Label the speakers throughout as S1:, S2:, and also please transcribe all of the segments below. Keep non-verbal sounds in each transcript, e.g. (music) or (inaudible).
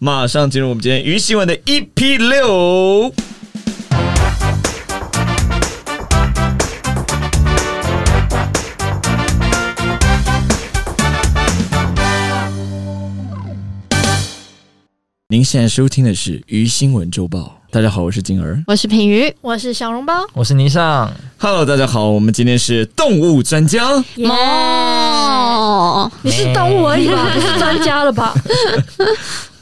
S1: 马上进入我们今天鱼新闻的 EP 六。您现在收听的是《鱼新闻周报》，大家好，我是金儿。
S2: 我是品瑜，
S3: 我是小笼包，
S4: 我是霓裳，
S1: Hello，大家好，我们今天是动物专家。
S2: 哦，
S3: 你是动物而已吧，不是专家了
S1: (laughs)
S3: 吧？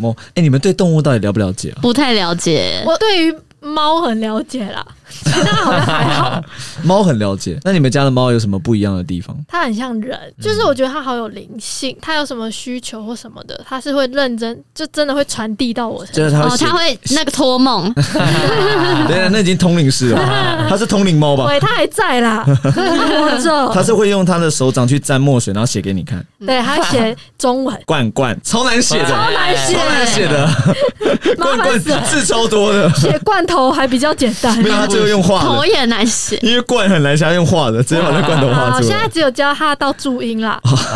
S1: 哦，哎、你们对动物到底了不了解啊？
S2: 不太了解。
S3: 我对于猫很了解
S1: (laughs)
S3: 啦，其他好像还好。
S1: 猫很了解，那你们家的猫有什么不一样的地方？
S3: 它很像人，
S1: 嗯
S3: 就是我觉得它好有灵性，它有什么需求或什么的，它是会认真，就真的会传递到我身上。
S1: 就是它
S2: 哦
S1: 会，写，
S2: 他会那个托梦，
S1: (laughs) 对啊，那已经通灵
S3: (laughs)
S1: 师了，它是通灵猫吧？
S3: 喂，它还在
S1: (laughs)
S3: 啦，它活
S1: 它
S3: 着。
S1: 是会用它的手掌去沾墨水，然后写给你看，，
S3: 对，它写中文
S1: 罐罐超难写的，
S3: 超难写
S1: 超难写的， (laughs)
S3: (laughs)
S1: 罐罐字超多的，
S3: 写罐头还比较简单
S1: 没。有它最后用画
S2: 头
S1: 的，
S2: 也难写。
S1: 因为罐很难写，它用画的，直接把那罐头画
S3: 好，
S1: 出
S3: 啊现
S1: 来
S3: 在。只有教它到注音啦，
S1: 哦
S3: 啊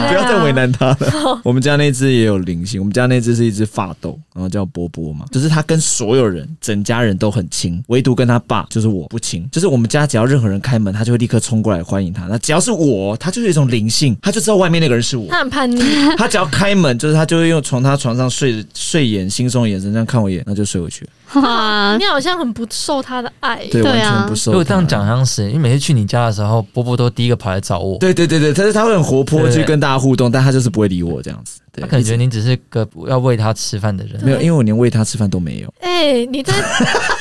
S1: 不
S3: 不
S1: 要再为。难它了。我们家那只也有灵性，我们家那只是一只发豆，然后叫波波嘛，就是它跟所有人、整家人都很亲，唯独跟他爸就是我不亲。就是我们家只要任何人开门，它就会立刻冲过来欢迎他。那只要是我，它就是有一种灵性，它就知道外面那个人是我。
S3: 它很叛逆，
S2: (laughs)
S1: 它只要开门，就是它就会用从它床上睡睡眼惺忪的眼神这样看我一眼，那就睡回去了。
S3: (laughs)
S2: 哇，
S3: 你好像很不受它的爱。
S1: 对，
S2: 对
S1: 完
S2: 啊
S1: 全不受。
S4: 如果哎这样讲，好像是因为每次去你家的时候，波波都第一个跑来找我，
S1: 对对对对，但是它会很活泼
S4: 对
S1: 去跟大家互动，但它就是不会理我这样子。对
S4: 他，可能
S1: 一直
S4: 觉得你只是个要喂他吃饭的人，
S1: 没有，因为我连喂它吃饭都没有。
S3: 哎，你在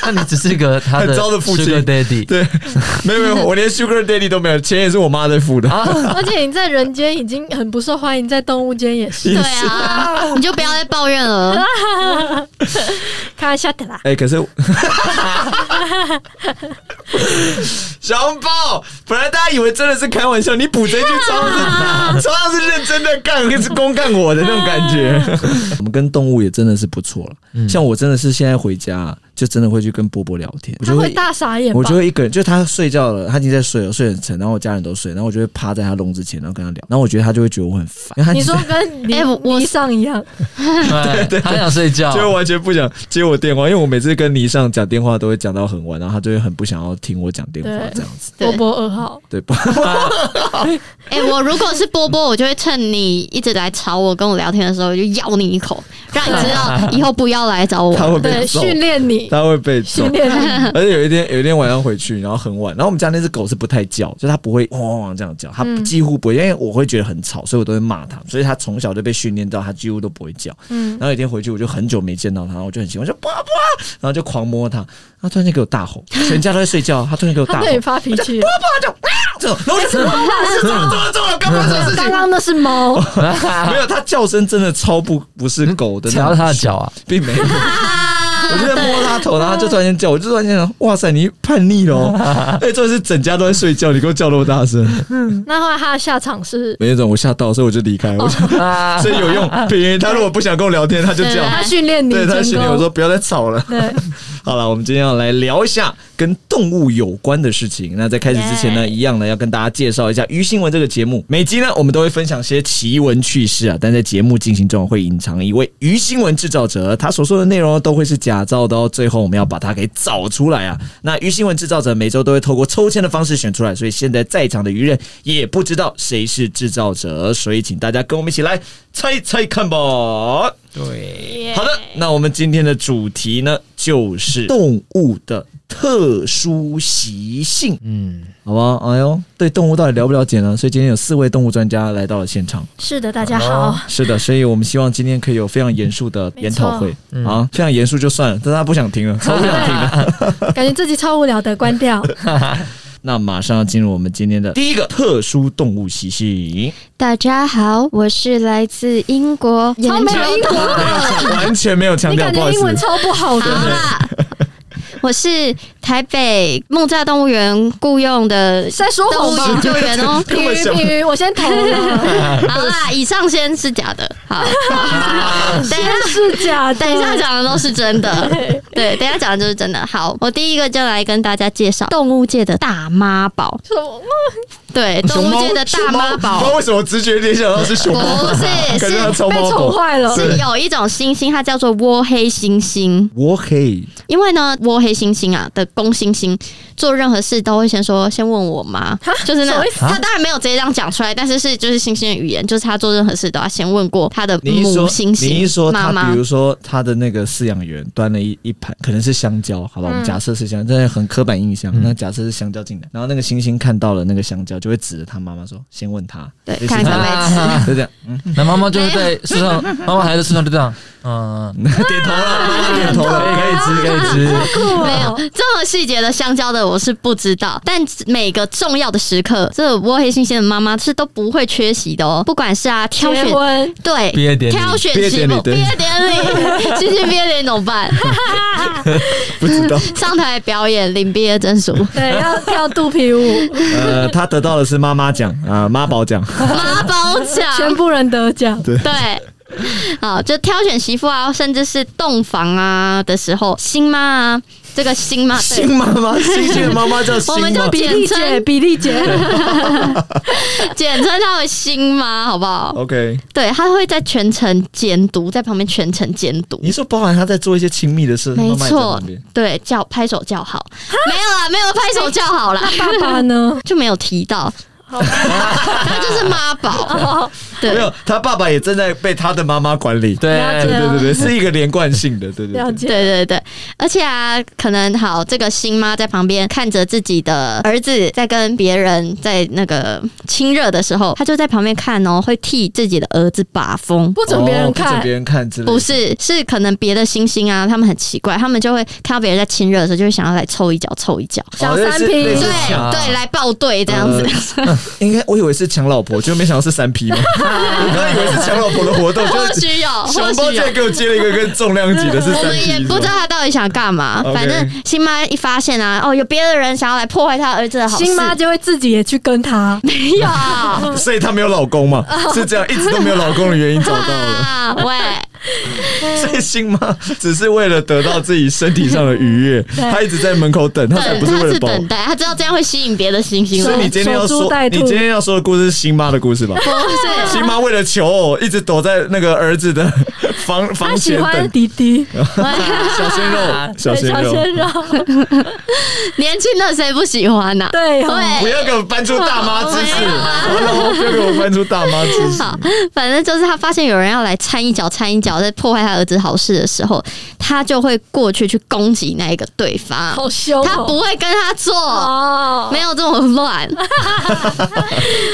S4: 那你只是个他
S1: 很
S4: 的
S1: 糟的父亲
S4: sugar daddy
S1: 对， (laughs) 没有没有，我连 Sugar Daddy 都没有，钱也是我妈在付的。 (laughs)
S4: 啊，
S3: 而且你在人间已经很不受欢迎，在动物间也是
S2: 对啊，你就不要再抱怨了。
S3: 开玩笑的啦。
S1: 哎、可是小红包，本来大家以为真的是开玩笑，你补这句超是超像是认真的干，是公干我的那种感觉。嗯我们跟动物也真的是不错了，像我真的是现在回家就真的会去跟波波聊天，我
S3: 他
S1: 就
S3: 会
S1: 会。
S3: 大傻眼吧？
S1: 我就会一个人，就他睡觉了，他已经在睡了，睡得很沉，然后我家人都睡，然后我就会趴在他笼子前，然后跟他聊，然后我觉得他就会觉得我很烦，因为他
S3: 你
S1: 就是
S3: 说跟 (laughs) 你
S2: 哎我我
S3: 你上一样，
S4: 对，哎他想睡觉，
S1: 就完全不想接我电话，因为我每次跟倪尚讲电话都会讲到很晚，然后他就会很不想要听我讲电话
S3: 对
S1: 这样子，
S2: 对
S3: 波波二号，
S1: 对吧？
S2: 哎、我如果是波波，我就会趁你一直来吵我、跟我聊天的时候，我就咬你一口，让你知道以后不要来找
S1: 他
S2: 我。
S1: 会被
S3: 对，
S1: 揍，
S3: 训练
S1: (laughs)
S3: 你，
S1: 他会被揍
S3: 训。练你，
S1: 而且有一天，有一天晚上回去，然后很晚，然后我们家那只狗是不太叫，就它不会汪汪汪这样叫，它
S3: 嗯
S1: 几乎不会，因为我会觉得很吵，所以我都会骂它，所以它从小就被训练到它几乎都不会叫。
S3: (laughs) 嗯
S1: 然，后有一天回去，我就很久没见到它，然后我就很喜欢说爸爸，然后就狂摸它，它突然间给我大吼，全家都在睡觉，它突然间给我
S3: 他
S1: 大吼
S3: 对，你发脾气，
S1: 这种然后我就说爸爸是怎么怎么怎么干嘛这种事情
S3: 刚？
S1: (laughs)
S3: 刚那是猫，
S1: 没有，它叫声真的超不不是狗的，
S4: 踩到他的，脚啊，
S1: (laughs) 并没有。我就在摸它头，然后它就突然间叫，我就突然间想，哇塞，你叛逆了
S4: (laughs)
S1: 哦！哎，这是整家都在睡觉，你给我叫那么大声，
S3: (laughs) 那后来他的下场是
S1: 没那种我吓到，所以我就离开，我就
S4: 啊
S1: 所以有用。平他如果不想跟我聊天，他就叫
S2: 对，
S3: 他训练你
S1: 对
S3: 成
S1: 他训练我说 (laughs)
S3: 功，
S1: 不要再吵了。
S3: 对，
S1: 好了，我们今天要来聊一下跟动物有关的事情。那在开始之前呢，
S2: 耶
S1: 一样呢要跟大家介绍一下《鱼新闻》这个节目。每集呢，我们都会分享些奇闻趣事啊，但在节目进行中会隐藏一位鱼新闻制造者，他所说的内容都会是假造的哦。最后我们要把它给找出来啊。那鱼新闻制造者每周都会透过抽签的方式选出来，所以现在在场的鱼人也不知道谁是制造者，所以请大家跟我们一起来猜猜看吧。
S4: 对，
S1: 好的，那我们今天的主题呢，就是动物的特殊习性，
S4: 嗯，
S1: 好吧？哎呦，对动物到底了不了解呢？所以今天有四位动物专家来到了现场。
S3: 是的，大家好，
S1: 是的，所以我们希望今天可以有非常严肃的研讨会、
S4: 没错
S1: 啊，非常严肃就算了，但大家不想听了，超不想听了。
S3: 感觉自己超无聊的，关掉。
S1: 那马上要进入我们今天的第一个特殊动物习性，
S2: 大家好，我是来自英国
S3: (laughs) 超没有英国
S1: (laughs) 没有
S3: 的，
S1: 强完全没有强
S3: 你
S1: 调，
S3: 感
S1: 不好
S3: 觉
S1: 意
S3: 英文
S1: 思。
S3: 超不好
S2: (laughs) 好
S3: 的，
S2: 啦，我是台北木栅动物园雇佣的
S3: (laughs) 是在说
S2: 动
S3: 谎
S2: 物
S3: 吧？
S1: (laughs)
S2: 研究员哦。
S3: 品鱼， (laughs) 品鱼，我先投 (laughs) 了，
S2: 好啦，以上先 (laughs) 是假的，好，好等一下
S3: 是假
S2: (laughs)
S3: 的，
S2: 等一下讲的都是真的。
S3: (laughs)
S2: 对，
S3: 对，
S2: 等一下讲的就是真的。好，我第一个就来跟大家介绍动物界的大妈宝。
S3: 什么？
S2: 对，动物界的大妈
S1: 不知道
S2: 宝
S1: 为什么直觉联想到是
S2: (laughs)
S1: 熊
S2: 不
S1: 猫， (laughs)
S2: 是
S1: 感觉它
S2: 是
S1: 超
S3: 被
S1: 猫
S3: 宠
S1: 狗。
S3: 坏了。
S1: 对
S2: 是有一种猩猩，它叫做窝黑猩猩。
S1: 我可以，
S2: 因为呢，窝黑猩猩啊的公猩猩做任何事都会先说先问我妈，就是那
S3: 什么意
S4: 思
S2: 他当然没有直接这样讲出来，但是是就是猩猩的语言，就是他做任何事都要先问过他的
S1: 你一
S2: 母
S1: 说
S2: 猩，猩
S1: 你一说
S2: 妈
S1: 它，
S2: 妈
S1: 比如说它的那个饲养员端了一一盘，可能是香蕉，好吧，我们
S3: 嗯
S1: 假设是香蕉，真的很刻板印
S2: 嗯
S1: 象。那假设是香蕉进来，然后那个猩猩看到了那个香蕉，就会指着他妈妈说：“先问他。”
S2: 对
S1: 类似
S2: 看
S1: 这
S2: 可
S1: 样
S2: 不可
S1: (laughs) 就
S2: 以吃。
S1: 这样，
S4: 那妈妈就是在树上，妈妈还在树上就这样，嗯，
S1: 嗯点头了，妈妈点头
S4: 可以
S1: 了。
S4: 可以吃可以吃，
S3: (laughs)
S2: 没有这么细节的香蕉的我是不知道，但每个重要的时刻，这窝黑猩猩的妈妈是都不会缺席的哦。不管是啊挑选
S3: 结婚
S2: 对
S4: 毕业典礼
S2: 挑选
S1: 毕业
S2: 题
S1: 典礼
S2: 目，毕
S1: 对
S2: 业典礼，星星毕业典礼怎么办？
S1: 不知道，
S2: 上台表演领毕业
S1: (laughs)
S2: 证书，
S3: 对，要跳肚皮舞，
S1: 呃，他得到的是妈妈奖啊，妈宝奖。
S2: (laughs) 妈宝
S3: 全
S2: 奖，
S3: 部人得奖。
S2: 对。好，就挑选媳妇啊，甚至是洞房啊的时候，新妈啊，这个新妈，对
S1: 新妈妈，新星的妈妈叫新
S2: 我们
S1: 妈
S2: 叫
S3: 比利姐，比利姐，
S2: 简称她为新妈，好不好？
S1: OK，
S2: 对，她会在全程监督，在旁边全程监督。
S1: 你说包含他在做一些亲密的事，
S2: 没
S1: 妈妈也在
S2: 错
S1: 旁边，
S2: 对，叫拍手叫好，没有啦，没有拍手叫好啦，
S3: 爸爸呢？
S2: 就没有提到， (laughs) 他就是妈宝，对
S1: 没，有，他爸爸也正在被他的妈妈管理。
S3: 了
S1: 对
S3: 解
S4: 对，
S1: 对对对，是一个连贯性的，对对
S3: 了
S1: 对。
S2: 对
S3: 解。
S2: 对对，而且啊，可能好，这个新妈在旁边看着自己的儿子在跟别人在那个亲热的时候，她就在旁边看哦，会替自己的儿子把风。
S3: 不准别人
S1: 哦不准
S3: 看
S1: 别，人看之类的。
S2: 不是，是可能别的星星啊，他们很奇怪，他们就会看到别人在亲热的时候，就会想要来凑一脚，凑一脚，
S3: 小
S1: 哦类似
S3: 三拼
S1: 类
S2: 对
S1: 似呃
S4: 啊
S2: 对，来报队这样子。
S1: 应该我以为是抢老婆，就没想到是三 P 嘛。我刚以为是抢老婆的活动，
S2: 或
S1: 就
S2: 许
S1: (laughs)
S2: 有，或
S1: 熊猫
S2: 许
S1: 竟
S2: 有
S1: 然。给我接了一个跟重量级的是
S2: 我
S1: 三
S2: 们
S1: P，
S2: 也不知道他到底想干嘛，
S1: OK
S2: 反正新妈一发现啊，哦，有别的人想要来破坏他儿子的好事，
S3: 新妈就会自己也去跟他。
S2: 没
S1: 是
S2: 有， (laughs)
S1: 吧所以她没有老公嘛，是这样，一直都没有老公的原因找到
S2: (laughs)
S1: 了。
S2: 啊，
S1: (laughs)
S2: 喂，
S1: 所以新妈只是为了得到自己身体上的愉悦，她一直在门口等，她才
S2: 等
S1: 不是
S2: 他
S1: 为了
S2: 是
S1: 保。
S2: 等待，他知道这样会吸引别的星星
S1: 所以
S2: 了
S1: 你。
S2: (laughs)
S1: 今天要
S3: 守
S1: 说
S3: 株待，
S1: 你
S3: 兔
S1: 今天要说的故事是新妈的故事吧？
S2: 不
S1: (laughs)
S2: 是，
S1: 新妈为了求偶，一直躲在那个儿子的 (laughs) 房
S3: 他
S1: 房
S3: 喜
S1: 前
S3: 欢
S1: 等。
S3: 弟弟，
S2: 啊
S1: 小鲜肉，小
S3: 对
S1: 鲜
S3: 小
S1: 肉，
S3: 鲜肉，
S2: 年轻的谁不喜欢啊
S1: (laughs)
S2: 呐？
S3: 对哦，
S1: 不
S2: 对，
S1: 要给我搬出大妈姿势，
S2: 没有啊
S1: 完了，不要给我搬出大妈姿势。
S2: 好，反正就是他发现有人要来掺一脚、掺一脚，在破坏他儿子好事的时候，他就会过去去攻击那一个对方，
S3: 好凶哦。
S2: 他不会跟他做。
S3: 哦，
S2: (laughs) 没有这么乱。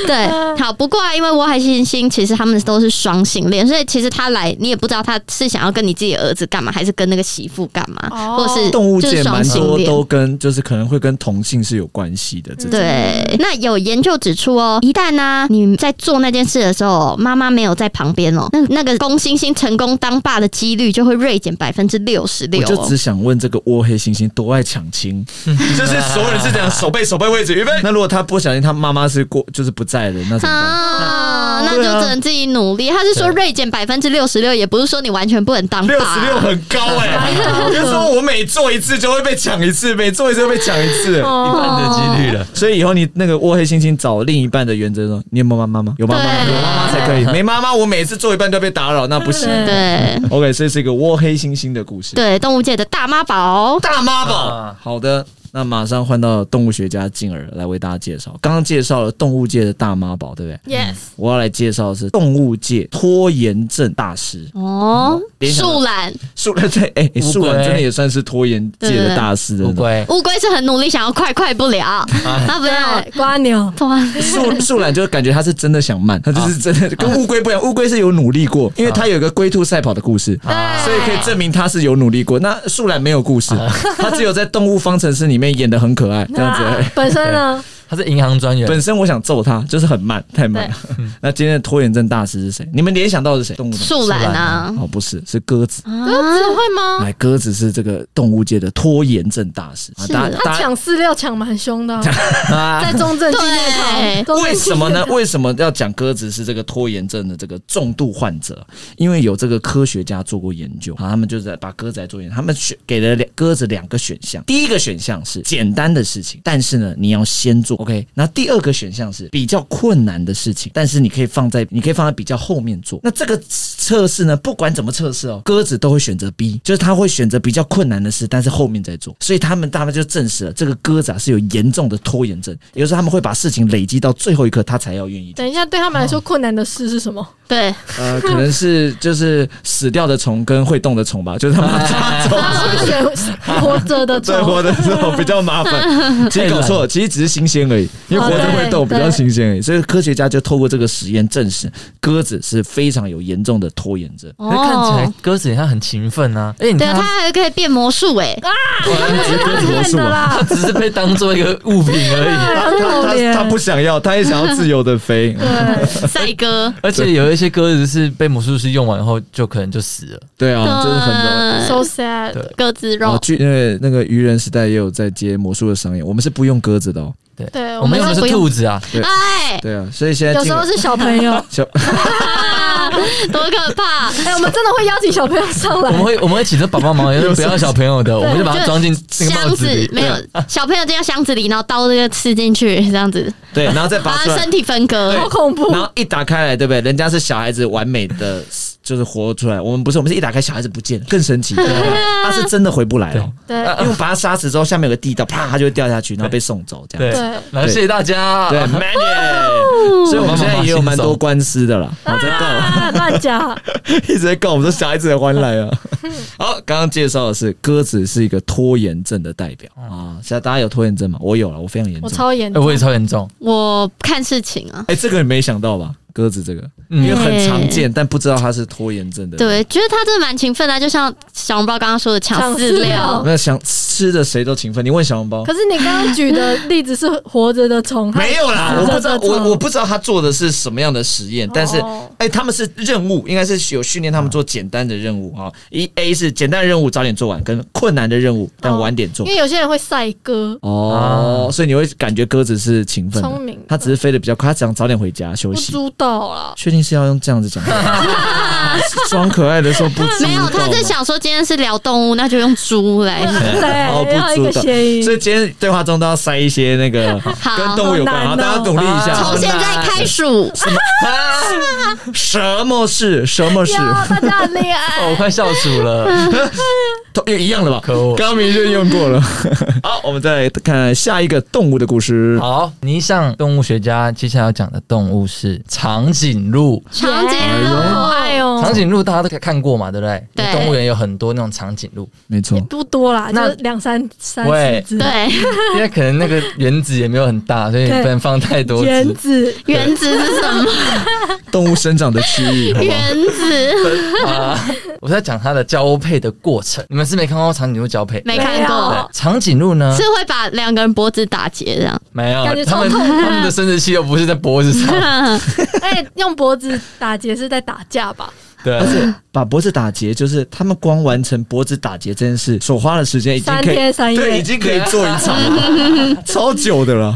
S2: 对，好，不过啊，因为我海星星其实他们都是双性恋，所以其实他来你也不知道他是想要跟你自己的儿子干嘛，还是跟那个媳妇干嘛，
S3: 哦
S2: 或是
S1: 动物
S2: 就
S1: 界
S2: 是双
S1: 蛮
S2: 性
S1: 多
S2: 恋。
S1: 都跟就是可能会跟同性是有关系的，这种
S2: 对，那有研究指出哦，一旦呢、你在做那件事的时候，妈妈没有在旁边哦，那那个公猩猩成功当爸的几率就会锐减百分之六十
S1: 我
S2: 六
S1: 就
S2: 哦
S1: 只。想问这个窝黑猩猩多爱抢亲，就是所有人是这样手背手背位置预备。那如果他不小心他妈妈是过就是不在的，那怎么办？
S2: 啊，那就
S1: 对啊
S2: 只能自己努力。他是
S1: 对啊
S2: 说锐减百分之六十六，也不是说你完全不能当爸、啊
S1: 六十六很高哎、就是说我每做一次就会被抢一次，每做一次就被抢一次。
S4: 一
S3: 哦，
S4: 半的几率了，
S1: 所以以后你那个窝黑猩猩找另一半的原则是说，你有没有妈妈吗？有妈妈吗，
S2: 对
S1: 有妈妈才可以。 (laughs) 没妈妈，我每次做一半都被打扰，那不行。
S2: 对
S1: OK，所以是一个窝黑猩猩的故事。
S2: 对，动物界的大妈宝。
S1: 大 (laughs) 妈宝
S4: 啊。
S1: 好的，那马上换到动物学家静儿来为大家介绍。刚刚介绍了动物界的大妈宝，对 (laughs) 不对？
S3: Yes，
S1: 我要来介绍的是动物界拖延症大师
S2: 哦，
S1: 联想到
S2: 树懒、
S1: 树懒， (laughs) 对，哎、哎
S4: 乌龟
S1: 树懒真的也算是拖延界的大师
S4: 乌
S1: 了。
S4: 龟
S2: 乌龟是很努力想要快，快不了，
S4: 哎
S2: 它不要
S3: 对，啊瓜牛，
S2: 哇，
S1: 树树懒就感觉他是真的想慢，他就是真的、跟乌龟不一样。乌龟是有努力过，因为他有一个龟兔赛跑的故事。
S4: 啊
S2: 对
S1: 所以可以证明他是有努力过。那
S2: 啊
S1: (laughs)
S2: (laughs) 啊
S1: 树懒没有故事，他只有在《动物方程式》里面演的很可爱，这样子而已。
S3: 啊本身呢，
S4: 他是银行专员，
S1: 本身我想揍他，就是很慢，太慢了。 (laughs) 那今天的拖延症大师是谁？你们联想到的是谁？动物的
S2: 树懒啊，
S1: 哦，不是，是鸽子。
S3: 鸽子
S2: 啊，
S3: 会吗？
S1: 哎，鸽子是这个动物界的拖延症大师啊！
S2: 是
S1: 大
S2: 他
S1: 大
S3: 他抢饲料抢蛮凶的
S1: (laughs)
S3: 啊、
S1: 啊
S3: 在中正纪念
S2: 对
S3: 堂。中正
S1: 为
S3: 纪
S1: 什
S3: 念
S1: 么呢？
S3: 堂
S1: 为什么要讲鸽子是这个拖延症的这个重度患者？因为有这个科学家做过研究，啊，他们就在把鸽子来做研究，他们选给了两鸽子两个选项，第一个选项是简单的事情，但是呢你要先做，OK。那第二个选项是比较困难的事情，但是你可以放在你可以放在比较后面做。那这个测试呢，不管怎么测试哦，鸽子都会选择 B，就是它会选择比较困难的事，但是后面再做。所以他们大家就证实了，这个鸽子啊是有严重的拖延症，也就是他们会把事情累积到最后一刻，他才要愿意做。
S3: (laughs) 等一下，对他们
S1: 哦
S3: 来说困难的事是什么？
S2: 对，
S1: 呃，可能是就是死掉的虫跟会动的虫吧，就是他们要抓
S4: (laughs)
S1: 走。
S3: (laughs) 他会选活着的
S1: 对，
S3: 虫。
S1: 活的时候比较麻烦。其实搞错了，其实只是新鲜而已，因为活着会动，
S3: 哦
S1: 比
S3: 对
S1: 较新鲜而已。所以科学家就透过这个实验证实，鸽子是非常有严重的拖延症。
S4: 可是看起来
S2: 哦，
S4: 鸽子它很勤奋啊，哎，你
S2: 对
S4: 看
S2: 啊，
S4: 它
S2: 它还可以变魔术哎，
S1: 是鸽子魔术啊！
S4: 它只是被当做一个物品
S3: 哎
S4: 而已。
S1: 他他他他不想要，他也想要自由的飞。嗯
S2: 赛哥，
S4: 而且有一些鸽子是被魔术师用完后就可能哦就死了，
S1: 对啊，就是很多。
S2: 嗯
S3: So sad，
S4: 对
S2: 鸽子
S1: 哦
S2: 肉，，
S1: 据那个那个愚人时代也有在接魔术的商演，我们是不用鸽子的哦。
S3: 对，
S4: 我们用的是兔子啊，
S1: 对
S2: 哎，
S1: 对啊，所以现在
S3: 有
S1: 进
S3: 时候
S1: 了
S3: 是小朋
S4: (laughs)
S3: 友，
S1: 小 (laughs)
S2: 啊多可怕！
S3: 哎，我们真的会邀请小朋友上
S4: 我
S3: 来
S4: 们。会我们会请这爸爸妈妈，有不要小朋友的，我们就把它装进那个帽
S2: 箱
S4: 子里
S2: 子。没有小朋友进到箱子里，然后刀这个刺进去，这样子
S1: 对，然后再
S2: 把
S1: 拔出
S2: 他
S1: 来
S2: 身，体分割
S3: 好。恐怖！
S1: (laughs) 然后一打开来，对不对？人家是小孩子完美的，就是活出来。我们不是，我们是一打开小孩子不见了，更神奇。他是真的回不来了，
S3: 对
S1: 因
S4: 呃
S1: 为我把他杀死之后，下面有个地道，啪，他就会掉下去，然后被送走这
S4: 对
S1: 样。，
S3: 对
S4: 然后谢谢大家。
S3: 啊
S4: 啊
S1: 对 m a n 所以我们现在也有蛮多官司的啦，我在告，
S4: 呃
S3: 啊，乱
S4: (laughs)
S3: 讲，
S1: (laughs) 一直在告，我们说小孩子的欢来
S3: (laughs)
S1: 啊。好，刚刚介绍的是鸽子是一个拖延症的代表啊，现在大家有拖延症吗？我有了，我非常严
S3: 哦我
S1: 重。
S3: 超严
S4: 哎，
S3: 重。
S4: 我也超严重，
S2: 我看事情啊，
S1: 哎，这个你没想到吧？鸽子这个，因
S4: 嗯
S1: 为很常见，但不知道它是拖延症的。
S2: 对，觉得他真的蛮勤奋的啊，就像小笼包刚刚说的抢
S3: 抢
S2: 饲
S3: 饲
S2: 料
S3: 料，
S1: 那想吃的谁都勤奋。你问小笼包
S3: 可，是你刚刚举的例子是活着的虫，
S1: 没有啦，
S3: 它
S1: 我
S3: 是
S1: 不知道，
S3: 活着的虫
S1: 我我不知道他做的是什么样的实验，但是。
S3: 哦
S1: 哎、他们是任务，应该是有训练他们做简单的任务啊。一 A 是简单的任务早点做完，跟困难的任务但晚点做
S3: 哦因。为有些人会赛鸽，
S1: 哦，所以你会感觉鸽子是勤奋
S3: 聪
S1: 的
S3: 明，
S1: 它只是飞得比较快，它想早点回家休
S3: 不
S1: 息。
S3: 知道啊
S4: (laughs)
S3: 啦。
S1: 确定是要用这样子讲话？
S3: (laughs)
S1: 装可爱的时候不知道
S2: 没有，他在
S1: 吗
S2: 想说今天是聊动物，那就用猪来。
S1: 哦不
S3: 对，要一个
S1: 知道
S3: 谐
S1: 所
S3: 音。
S1: 以今天对话中都要塞一些那个
S2: 好
S1: 跟动物有关，
S3: 好
S1: 好，啊
S3: 难
S1: 大家
S3: 哦
S1: 努力一下。
S4: 好
S2: 从现在开 (laughs) 数，
S1: 什么事？什么事？
S3: 要大家很厉
S4: (laughs) 哦
S3: 害，
S4: 我快笑死了。
S1: (laughs) 都又一样了吧？
S4: 可恶
S1: 刚明就用过
S3: (laughs)
S1: 了。好，我们再来看下一个动物的故事。
S4: 好，你上动物学家接下来要讲的动物是长颈鹿。
S2: 长颈
S1: 哎
S2: 鹿
S1: 呦
S3: 好可爱哦，
S4: 长颈鹿大家都可以看过嘛，对不对？
S2: 对
S4: 因为动物园有很多那种长颈鹿，
S1: 没错
S3: 也，不多啦，就
S4: 那
S3: 是两三三
S4: 喂
S3: 四只。
S2: 对，
S3: (laughs)
S4: 因为可能那个原子也没有很大，所以你
S3: 对
S4: 不能放太多
S3: 原
S4: 只。
S3: 子
S2: 原子是什么？
S1: 动物生长的区域，好不好？
S3: (laughs)
S2: 原子
S4: 啊，我在讲它的交配的过程。你们是没看过长颈鹿交配？
S2: 没看过，
S4: 对，长颈鹿呢
S2: 是？会把两个人脖子打结这 (laughs) 样。
S4: 没有
S3: 感觉，
S4: 他们
S3: 超痛
S4: 他们的生殖器又不是在脖子上，
S2: (laughs)
S3: 哎，用脖子打结是在打架吧？
S4: 对
S1: 而，且把脖子打结，就是他们光完成脖子打结这件事，所花的时间已经
S3: 三
S1: 可以
S3: 天三
S1: 对，
S3: 夜
S1: 已，经可以做一场
S3: (laughs)
S1: 了，超久的了。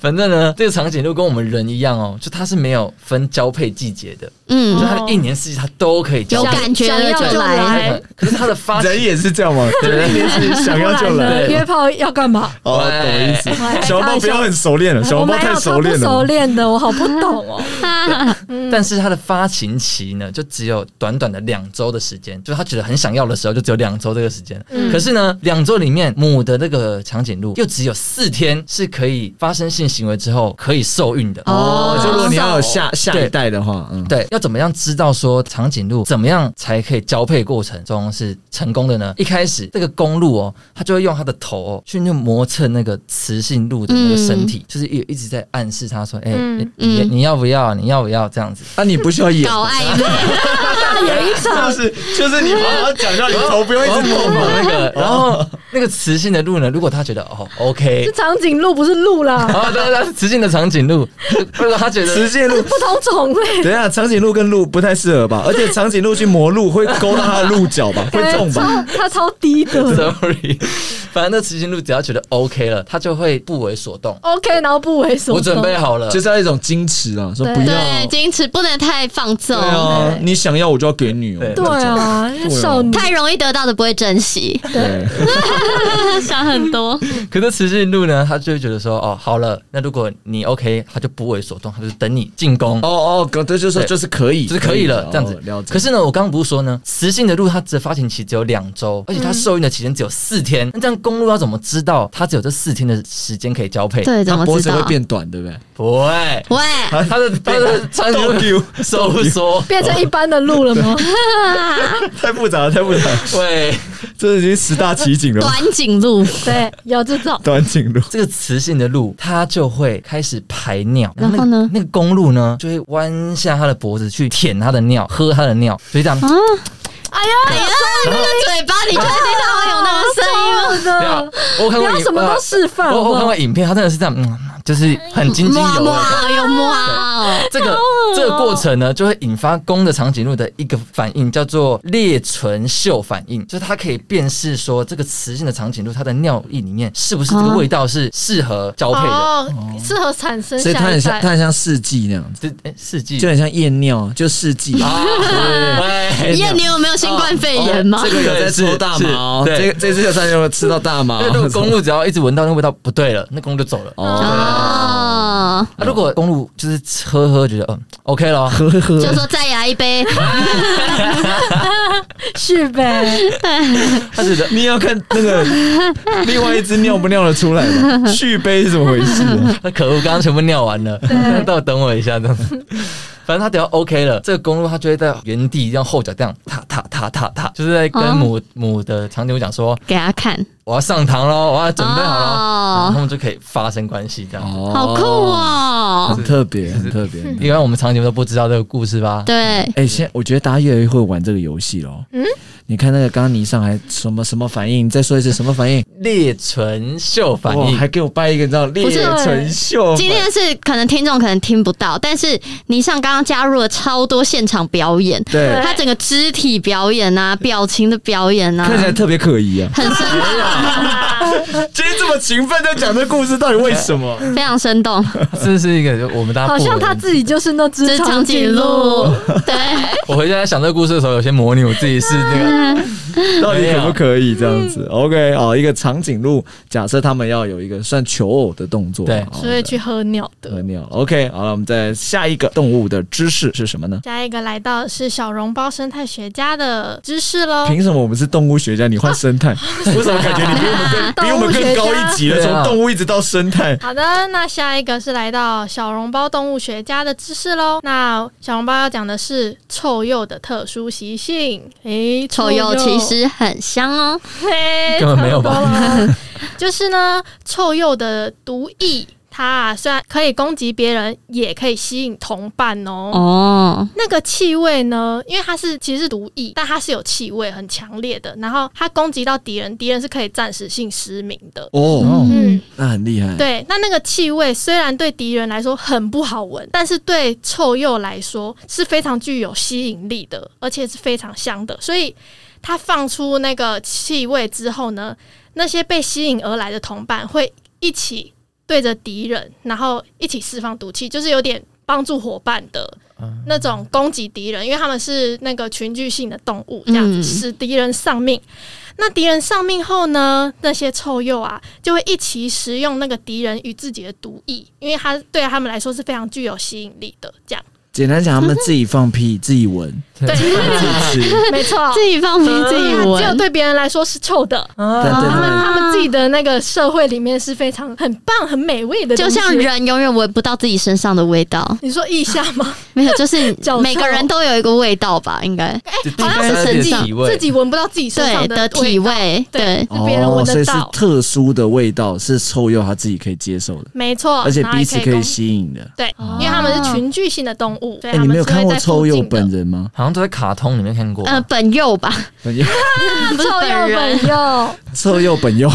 S4: 反正呢，这个长颈鹿跟我们人一样哦，就它是没有分交配季节的，就
S2: 嗯，
S4: 它一年四季它都可以交
S2: 有
S4: 配。
S2: 感觉
S3: 想
S2: 了
S3: 要
S2: 就
S3: 就
S2: 来。
S3: 来，
S4: 可是它的发
S1: 人
S4: 情，
S1: 也是这样嘛，
S3: (laughs)
S1: 人也是想要就
S3: 不然
S1: 来。
S3: 呢约炮要干嘛？
S1: (laughs)
S3: 哎
S1: 哦，懂意思。小笼包不要很熟练了，小
S3: 我
S1: 笼包
S3: 没
S1: 太
S3: 有超
S1: 熟
S3: 不
S1: 练
S3: 熟
S1: 了。
S3: 练的，我好不
S1: (laughs)
S3: 懂哦。
S4: 但是它的发情期呢，就只有短短的两周的时间，就是它觉得很想要的时候，就只有两周这个时间。
S3: 嗯
S4: 可是呢，两周里面母的那个长颈鹿又只有四天是可以发生性行为之后可以受孕的。
S1: 哦，就如果你要有
S4: 手
S1: 下下一代的话，嗯，
S4: 对，要怎么样知道说长颈鹿怎么样才可以交配过程中是成功的呢？一开始这个公鹿哦，它就会用它的头、哦、去那磨蹭那个雌性鹿的那个身
S1: 嗯
S4: 体，就是一一直在暗示它说，哎、
S3: 嗯
S4: 你你
S2: 嗯
S4: 你要不要？你要不要这样子？
S1: 那你不需要演，
S2: (laughs) 搞暧
S1: (laughs)
S2: 昧，
S1: 哦
S4: (laughs)
S1: 就是就是你好好讲，让你头不用一直动嘛。
S4: 那个，然后那个雌性的鹿呢，如果他觉得哦 OK
S3: 是长颈鹿，不是
S1: (laughs)
S3: 鹿啦，
S4: 啊，对对对，雌性的长颈鹿， (laughs) 如果他觉
S1: (laughs)
S4: 得
S1: 直接录。
S3: 不同种类。
S1: 等一下，长颈鹿跟鹿不太适合吧？而且长颈鹿去磨鹿会勾到它的鹿角吧？会
S3: 感觉
S1: 中吧？
S3: 哎
S1: 啊
S3: 超它超低的
S4: sorry，反正那雌性鹿只要觉得 OK 了，它就会不为所动。
S3: ，OK，然后不为所动。
S4: 我准
S1: 啊
S4: 备好了，哦
S1: 就是要一种矜持啊，说
S3: 对哦
S1: 不要。
S2: 对，矜持不能太放纵
S1: 对，啊，你想要我就要给你
S4: 对
S1: 哦。
S3: 对啊，因为少女
S2: 太容易得到的不会珍惜，
S1: 对，
S2: (laughs) 想很多。
S4: 可是雌性鹿呢，它就会觉得说哦好了，那如果你 OK，它就不为所动，它就等你进攻。
S1: 哦哦，哥，这就是
S4: 对
S1: 就是可以，
S4: 就是可以了，这样子
S1: 哦了。解。
S4: 可是呢，我刚刚不是说呢，雌性的鹿它的发情期只有两周，而且它受孕的期间只有四天。那这样公鹿要怎么知道它只有这四天的时间可以交配？
S2: 对，怎
S1: 它
S2: 么
S1: 哎脖
S2: 知
S1: 子会
S2: 道？
S1: 变短，对不对？
S4: 不会，
S2: 喂，
S4: 它的它的长颈
S1: 逗
S4: 鹿
S1: 丢
S4: 收 (laughs) 缩，
S3: 变成一般的鹿了吗？
S1: (laughs) 太复杂了，太复杂
S3: (laughs)
S1: 了，
S4: 对，
S1: 这已经十大奇景了吧。
S2: 短颈鹿，
S1: 啊
S3: (laughs) 对，有这种。
S1: 短颈鹿，
S4: 这个雌性的鹿它就会开始排尿，
S2: 然后
S4: 那个
S2: 呢
S4: 那个公鹿呢就会弯下它的脖子去舔它的尿，喝它的尿，所以这样。
S3: 哎呀，
S2: 那个嘴巴，你确定它会有那个声音吗？
S3: 好
S4: 对啊
S3: 的，
S4: 我看
S3: 不
S4: 过
S3: 要
S4: 影呃
S3: 什么
S1: 呃
S3: 都啊示范，
S4: 我
S3: 好不
S4: 我看
S3: 好
S4: 过影片，它真的是这样，嗯，就是很津津有味的。
S2: 哇，啊有哇，
S4: 这个这个过程呢，就会引发公的长颈鹿的一个反应，叫做裂唇嗅反应，就是它可以辨识说这个雌性的长颈鹿它的尿液里面是不是这个
S3: 啊
S2: 哦
S4: 味道是适合交配的。
S3: 哦，适合产生
S1: 所以它
S3: 下
S1: 很
S3: 一
S1: 像，
S3: 代
S1: 它。很像试剂那样子，
S4: 这哎，世纪
S1: 就很像夜尿，就试剂。
S4: 啊，对
S2: 燕，你有没有新冠肺炎吗？
S1: 这个有在抽大麻哦，
S4: 是是
S1: 这
S4: 对
S1: 个这次有在有吃到大麻
S4: (laughs) 那
S1: 哦
S4: 个。公鹿只要一直闻到那个味道不对了，那公鹿就走了。
S1: 哦，
S2: 哦，
S4: 啊，如果公鹿就是喝喝觉得嗯 OK 了，
S1: 呵呵呵
S2: 哦就说再来一杯，
S3: 是呗？
S4: 它
S1: (laughs)
S4: 觉得
S1: 你也要看那个另外一只尿不尿得出来 (laughs) 吗？续杯是怎么回事啊？
S4: 那可恶，刚刚全部尿完了， (laughs) 那到等我一下，这样子。反正他只要 OK 了，这个公鹿它就会在原地让后脚这样踏踏踏踏踏，就是在跟
S2: 哦
S4: 母、母的长颈鹿讲说，
S2: 给他看，
S4: 我要上膛喽，我要准备好喽，
S2: 哦
S4: 然后他们就可以发生关系这样。
S1: 哦
S2: 好酷！哦！
S1: 很特别，很特别。
S4: 因为我们长颈鹿都不知道这个故事吧？
S2: 对，
S1: 哎，现在我觉得大家越来越会玩这个游戏了。嗯，你看那个刚刚你上还什么什么反应？你再说一次什么反 (laughs) 应？
S4: 裂唇袖反
S1: 哇
S4: 应
S1: 还，给我掰一个这样裂
S2: 是
S1: 唇秀。
S2: 今天是可能听众可能听不到，但是倪尚刚刚加入了超多现场表演，
S1: 对，
S2: 他整个肢体表演啊，表情的表演啊
S1: 看，起来特别可疑啊。
S2: 很生
S1: 今天这么勤奋在讲这故事，到底为什么？
S2: 非常生动，
S4: (laughs) 这是一个就我们大家
S3: 好像他
S4: 他
S3: 自己就是那
S2: 这
S3: 只
S2: 是长颈
S1: 哦
S2: 鹿，对，
S4: 我回家在想这个故事的时候，有些模拟我自己是那个。
S1: (laughs) 到底可不可以这样子？OK，哦，一个长颈鹿，假设他们要有一个算求偶的动作，
S4: 对
S1: 好
S3: 所以去喝尿的。
S1: 和鸟。OK，好了，我们再下一个动物的知识是什么呢？
S3: 下一个来到是小笼包生态学家的知识喽。
S1: 凭什么我们是动物学家，你换生
S3: (laughs)
S1: 态？为什么感觉你比我们更比我们更高一级了？
S4: 对
S1: 从
S4: 啊
S1: 动物一直到生态，
S3: 好的，那下一个是来到小笼包动物学家的知识喽。那小笼包要讲的是臭鼬的特殊习性。诶、
S2: 臭鼬其实很香哦，
S3: (laughs) 嘿
S4: 根本没有吧？
S3: 差不多了就是呢，臭鼬的毒液，它、啊、虽然可以攻击别人，也可以吸引同伴哦。
S2: 哦，
S3: 那个气味呢？因为它是其实是毒液，但它是有气味，很强烈的。然后它攻击到敌人，敌人是可以暂时性失明的。
S1: 哦，
S3: 嗯
S2: 嗯，
S1: 那很厉害。
S3: 对，那那个气味虽然对敌人来说很不好闻，但是对臭鼬来说是非常具有吸引力的，而且是非常香的。所以它放出那个气味之后呢，那些被吸引而来的同伴会一起对着敌人，然后一起释放毒气，就是有点帮助伙伴的。那种攻击敌人，因为他们是那个群居性的动物，这样子、
S2: 嗯
S3: 使敌人丧命。那敌人丧命后呢，那些臭鼬啊，就会一起食用那个敌人与自己的毒液，因为它对他们来说是非常具有吸引力的。这样，
S1: 简单讲，他们自己放屁，自己
S3: (laughs)
S1: 闻，
S3: 对，
S1: 自己吃，
S3: (laughs)
S2: (laughs)
S3: 没错，
S2: 自己放屁自己
S3: 只有
S2: 闻，
S3: 对别人来说是臭的。
S1: 但对他们
S3: 他
S2: 嗯
S3: 们自己的那个社会里面是非常很棒、很美味的东
S2: 就
S3: 西，
S2: 像人永远闻不到自己身上的味道，
S3: 你说腋下吗？
S2: 没有，
S3: (laughs)
S2: 就是
S3: 脚臭
S2: 每个人都有一个味道吧，应该
S4: 好
S2: 像是自
S4: 自
S2: 己
S4: 己
S3: 自己闻不到自己身上
S2: 对的体
S3: 味道，
S2: 味，
S3: 对
S2: 对，
S3: 是 (laughs) 别人闻
S1: 哦，所
S3: 得
S1: 以是
S3: 到。
S1: 特殊的味道，是臭鼬它自己可以接受的，
S3: 没错，
S1: 而且
S3: 然后
S1: 彼
S3: 哦还
S1: 此
S3: 可
S1: 可
S3: 以
S1: 以
S3: 攻
S1: 吸引的。
S3: 哦对，因为他们是群居性的动物，所以
S1: 哎，
S3: 他
S1: 你
S3: 们
S1: 没
S3: 是
S1: 有
S3: 会
S1: 看过
S3: 在
S1: 臭
S3: 附
S1: 鼬
S3: 近的
S1: 本人吗？
S4: 啊，像都在卡通里面看过。
S2: 呃，本佑
S3: (laughs)
S2: 吧，
S1: 本佑，
S2: 不是
S3: 臭
S2: 本
S3: 鼬
S2: 人。
S3: 啊本鼬， (laughs)
S1: (laughs) 侧右本右，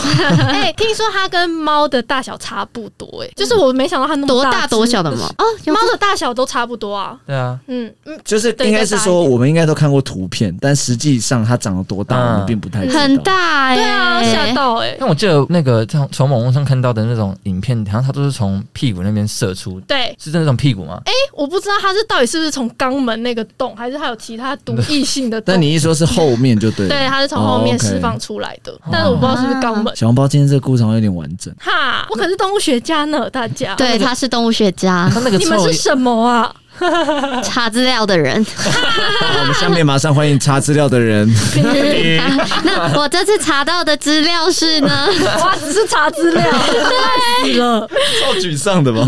S3: 哎、听说它跟猫的大小差不多、哎，就是我没想到它那么
S2: 多
S3: 大
S2: 大多小的
S3: 只
S2: 猫？哦，有
S3: 猫的大小都差不多啊。
S4: 对啊，
S3: 嗯嗯，
S1: 就是应该是说我们应该都看过图片，但实际上它长得多大，
S4: 嗯
S1: 我们并不太知道
S2: 很。大哎、
S3: 对啊，吓到哎、
S4: 但我记得那个从从网络上看到的那种影片，好像它都是从屁股那边射出，
S3: 对，
S4: 是那种屁股吗？
S3: 哎我不知道它是到底是不是从肛门那个洞，还是它有其他独异性的
S1: (laughs)
S3: 洞
S1: 但。你一说是后面就对了。
S3: 对，它是从后面
S1: 哦，OK
S3: 释放出来的，但是我不知道是不是肛门。
S1: 小笼包今天这个故事好像有点完整，
S3: 哈，啊我可是动物学家呢，大家。
S2: 对，他是动物学家
S4: 它那个
S3: 你们
S4: 臭
S3: 是什么啊？
S2: 查资料的人。
S1: 好我们下面马上欢迎查资料的人。
S2: 那我这次查到的资料是
S3: (laughs)
S2: 呢，
S3: 哇，只是查资 (laughs) 料，烂死了。
S1: 超沮丧的吧？